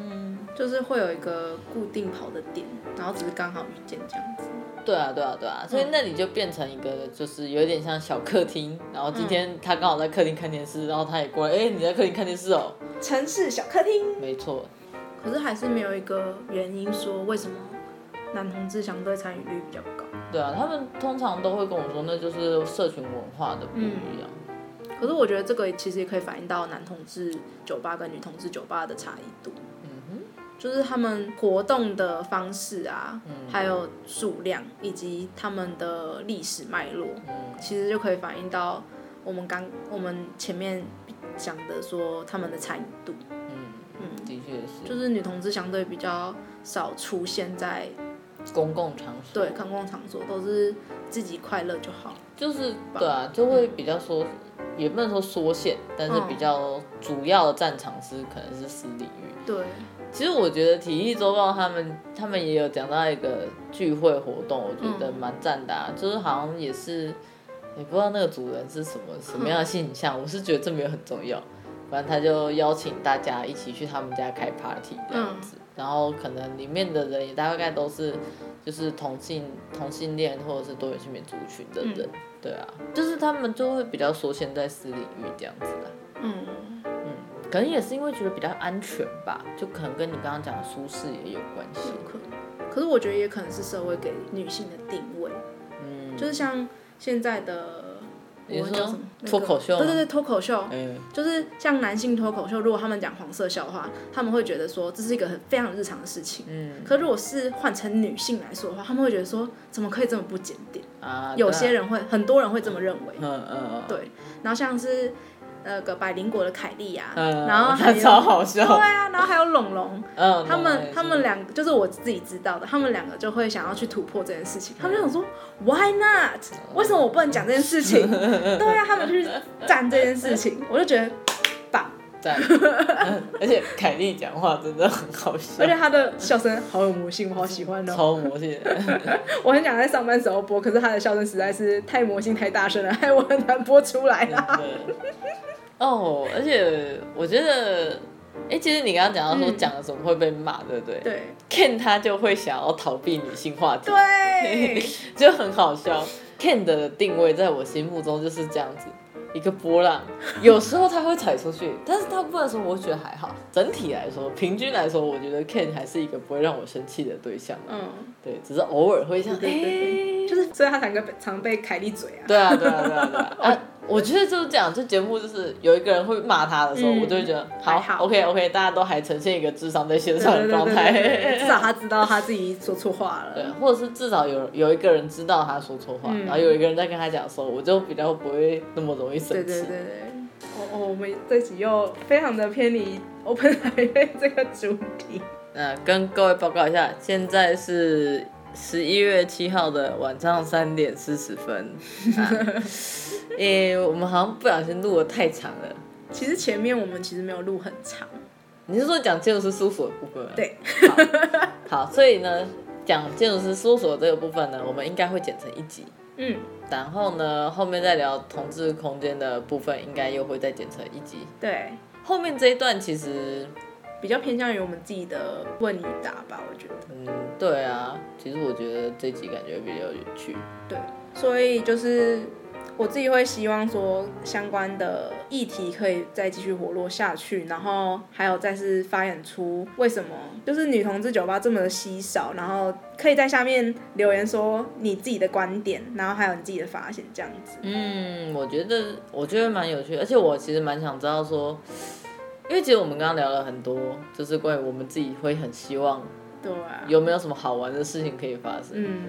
Speaker 2: 啊
Speaker 1: 就是会有一个固定跑的点，然后只是刚好遇见这样子。
Speaker 2: 对啊，对啊，对啊，所以那里就变成一个，就是有点像小客厅。然后今天他刚好在客厅看电视，然后他也过来，哎、你在客厅看电视哦？
Speaker 1: 城市小客厅。
Speaker 2: 没错，
Speaker 1: 可是还是没有一个原因说为什么男同志相对参与率比较高。
Speaker 2: 对啊，他们通常都会跟我说，那就是社群文化的不一样。
Speaker 1: 可是我觉得这个其实也可以反映到男同志酒吧跟女同志酒吧的差异度。就是他们活动的方式啊，还有数量，以及他们的历史脉络，
Speaker 2: 嗯
Speaker 1: 其实就可以反映到我们刚我们前面讲的说他们的参与度，
Speaker 2: 嗯嗯，的确是，
Speaker 1: 就是女同志相对比较少出现在
Speaker 2: 公共场所。
Speaker 1: 对公共场所，都是自己快乐就好。
Speaker 2: 就是对啊，就会比较说，也不能说缩限，但是比较主要的战场是可能是私领域。
Speaker 1: 对，
Speaker 2: 其实我觉得《体育周报》他们他们也有讲到一个聚会活动，我觉得蛮赞的啊，就是好像也是，也不知道那个主人是什么什么样的性向，我是觉得这没有很重要，反正他就邀请大家一起去他们家开 party 这样子，然后可能里面的人也大概都是就是同性同性恋或者是多元性别族群的人，对啊，就是他们就会比较缩限在私领域这样子啦。
Speaker 1: 嗯，
Speaker 2: 可能也是因为觉得比较安全吧，就可能跟你刚刚讲的舒适也有关系。
Speaker 1: 有可能。可是我觉得也可能是社会给女性的定位，
Speaker 2: 嗯，
Speaker 1: 就是像现在的。
Speaker 2: 你
Speaker 1: 我
Speaker 2: 是
Speaker 1: 叫
Speaker 2: 说
Speaker 1: 什么那
Speaker 2: 脱
Speaker 1: 个
Speaker 2: 口秀
Speaker 1: 对对
Speaker 2: 吗
Speaker 1: 对，脱口秀，
Speaker 2: 嗯，
Speaker 1: 就是像男性脱口秀，如果他们讲黄色笑话，他们会觉得说这是一个很非常日常的事情。
Speaker 2: 嗯
Speaker 1: 可如果是换成女性来说的话，他们会觉得说怎么可以这么不检点？
Speaker 2: 啊，
Speaker 1: 有
Speaker 2: 对啊
Speaker 1: 些，人会，很多人会这么认为。
Speaker 2: 嗯嗯嗯，
Speaker 1: 对，然后像是那个百灵果的凯莉呀、
Speaker 2: 嗯，
Speaker 1: 然后还
Speaker 2: 他
Speaker 1: 有
Speaker 2: 超好笑，
Speaker 1: 对啊，然后还有龙龙，
Speaker 2: 嗯，
Speaker 1: 他
Speaker 2: 懂了
Speaker 1: 们
Speaker 2: 也
Speaker 1: 他
Speaker 2: 是
Speaker 1: 们两个就是我自己知道的，他们两个就会想要去突破这件事情。他们就想说，Why not？为什么我不能讲这件事 情？对啊，他们去站这件事情，我就觉得棒。
Speaker 2: 嗯 赞，而且凯莉讲话真的很好笑
Speaker 1: 而，且他的笑声好有魔性，我好喜欢哦！
Speaker 2: 超 魔性的，
Speaker 1: 我很想在上班时候啊
Speaker 2: 嗯
Speaker 1: 播，可是他的笑声实在是太魔性、太大声了，害我很难播出来啦。
Speaker 2: 对。哦，而且我觉得，哎、其实你刚刚讲到说
Speaker 10: 嗯
Speaker 2: 讲了什么会被骂，对不对？
Speaker 1: 对
Speaker 2: Ken 他就会想要逃避女性话题，
Speaker 1: 对，
Speaker 2: 就很好笑。Ken 的定位在我心目中就是这样子，一个波浪，有时候他会踩出去，但是大部分的时候我觉得还好。整体来说，平均来说，我觉得 Ken 还是一个不会让我生气的对象。啊
Speaker 1: 嗯，
Speaker 2: 对，只是偶尔会像哎。
Speaker 1: 对对对，就是所以他常跟常被凯莉嘴啊，
Speaker 2: 对啊，对啊，对啊，对啊。啊我觉得就是这样，这节目就是有一个人会骂他的时候，
Speaker 1: 嗯
Speaker 2: 我就会觉得
Speaker 1: 还
Speaker 2: 好
Speaker 1: 好
Speaker 2: o k OK，大家都还呈现一个智商在线
Speaker 1: 对
Speaker 2: 上
Speaker 1: 对
Speaker 2: 的
Speaker 1: 对
Speaker 2: 状
Speaker 1: 对
Speaker 2: 态，
Speaker 1: 对对至少他知道他自己说错话了，
Speaker 2: 对，啊或者是至少有有一个人知道他说错话，
Speaker 1: 嗯
Speaker 2: 然后有一个人在跟他讲的时候，我就比较不会那么容易生
Speaker 1: 对对
Speaker 2: 气。
Speaker 1: 对对。哦哦，我们这集又非常的偏离 Open 海瑞这个主题。
Speaker 2: 那跟各位报告一下，现在是十一月七号的晚上三点四十分。啊诶、我们好像不小心录的太长了。
Speaker 1: 其实前面我们其实没有录很长，
Speaker 2: 你是说讲建筑师搜索的部分吗？
Speaker 1: 对
Speaker 2: 好，好，所以呢，讲建筑师搜索这个部分呢，我们应该会剪成一集，
Speaker 1: 嗯，
Speaker 2: 然后呢，后面再聊同志空间的部分，应该又会再剪成一集。
Speaker 1: 对，
Speaker 2: 后面这一段其实，
Speaker 1: 比较偏向于我们自己的问与答吧，我觉得。
Speaker 2: 嗯，对啊，其实我觉得这集感觉比较有趣。
Speaker 1: 对，所以就是我自己会希望说，相关的议题可以再继续活络下去，然后还有再是发展出为什么就是女同志酒吧这么的稀少，然后可以在下面留言说你自己的观点，然后还有你自己的发现这样子。
Speaker 2: 嗯，我觉得我觉得蛮有趣，而且我其实蛮想知道说，因为其实我们刚刚聊了很多，就是关于我们自己会很希望
Speaker 1: 对啊，
Speaker 2: 有没有什么好玩的事情可以发生。
Speaker 1: 嗯，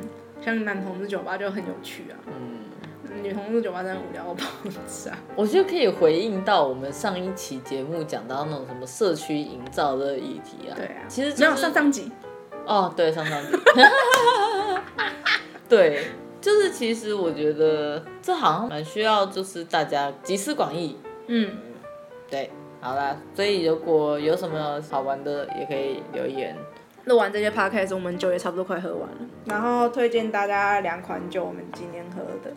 Speaker 1: 像男同志酒吧就很有趣啊，
Speaker 2: 嗯
Speaker 1: 女同志酒吧真的无聊到爆 炸。
Speaker 2: 我觉得可以回应到我们上一期节目讲到那种什么社区营造的议题啊。
Speaker 1: 对啊，
Speaker 2: 其实、就是、
Speaker 1: 没有上上集，
Speaker 2: 哦，对上 上集，对，就是其实我觉得这好像蛮需要，就是大家集思广益。
Speaker 1: 嗯，
Speaker 2: 对，好啦，所以如果有什么好玩的，也可以留言。
Speaker 1: 录完这些 podcast，我们酒也差不多快喝完了。然后推荐大家两款酒，我们今天喝的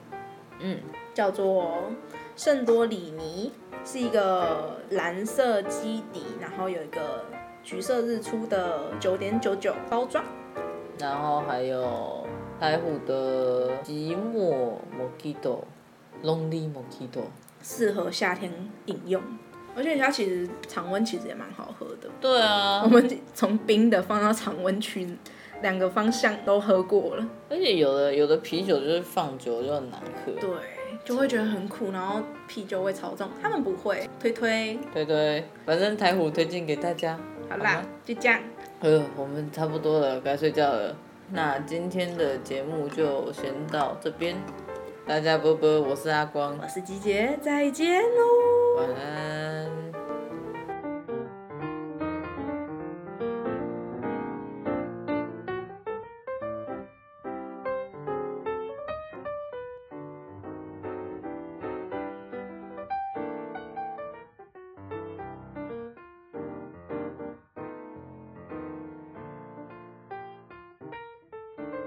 Speaker 2: 嗯，
Speaker 1: 叫做圣多里尼，是一个蓝色基底，然后有一个橘色日出的九点九九包装。
Speaker 2: 然后还有台虎的寂寞 Mojito，Lonely Mojito。
Speaker 1: 适合夏天饮用，而且它其实常温其实也蛮好喝的。
Speaker 2: 对啊
Speaker 1: 我，们从冰的放到常温区，两个方向都喝过了，
Speaker 2: 而且有的有的啤酒就是放久了就很难喝。
Speaker 1: 对，就会觉得很苦，然后啤酒味超重。他们不会，推推，
Speaker 2: 对对，反正台虎推荐给大家。
Speaker 1: 好啦
Speaker 2: 好吗，
Speaker 1: 就这样，
Speaker 2: 呃，我们差不多了，该睡觉了。那今天的节目就先到这边，大家啵啵，我是阿光，
Speaker 1: 我是吉杰，再见喽。
Speaker 2: 晚安。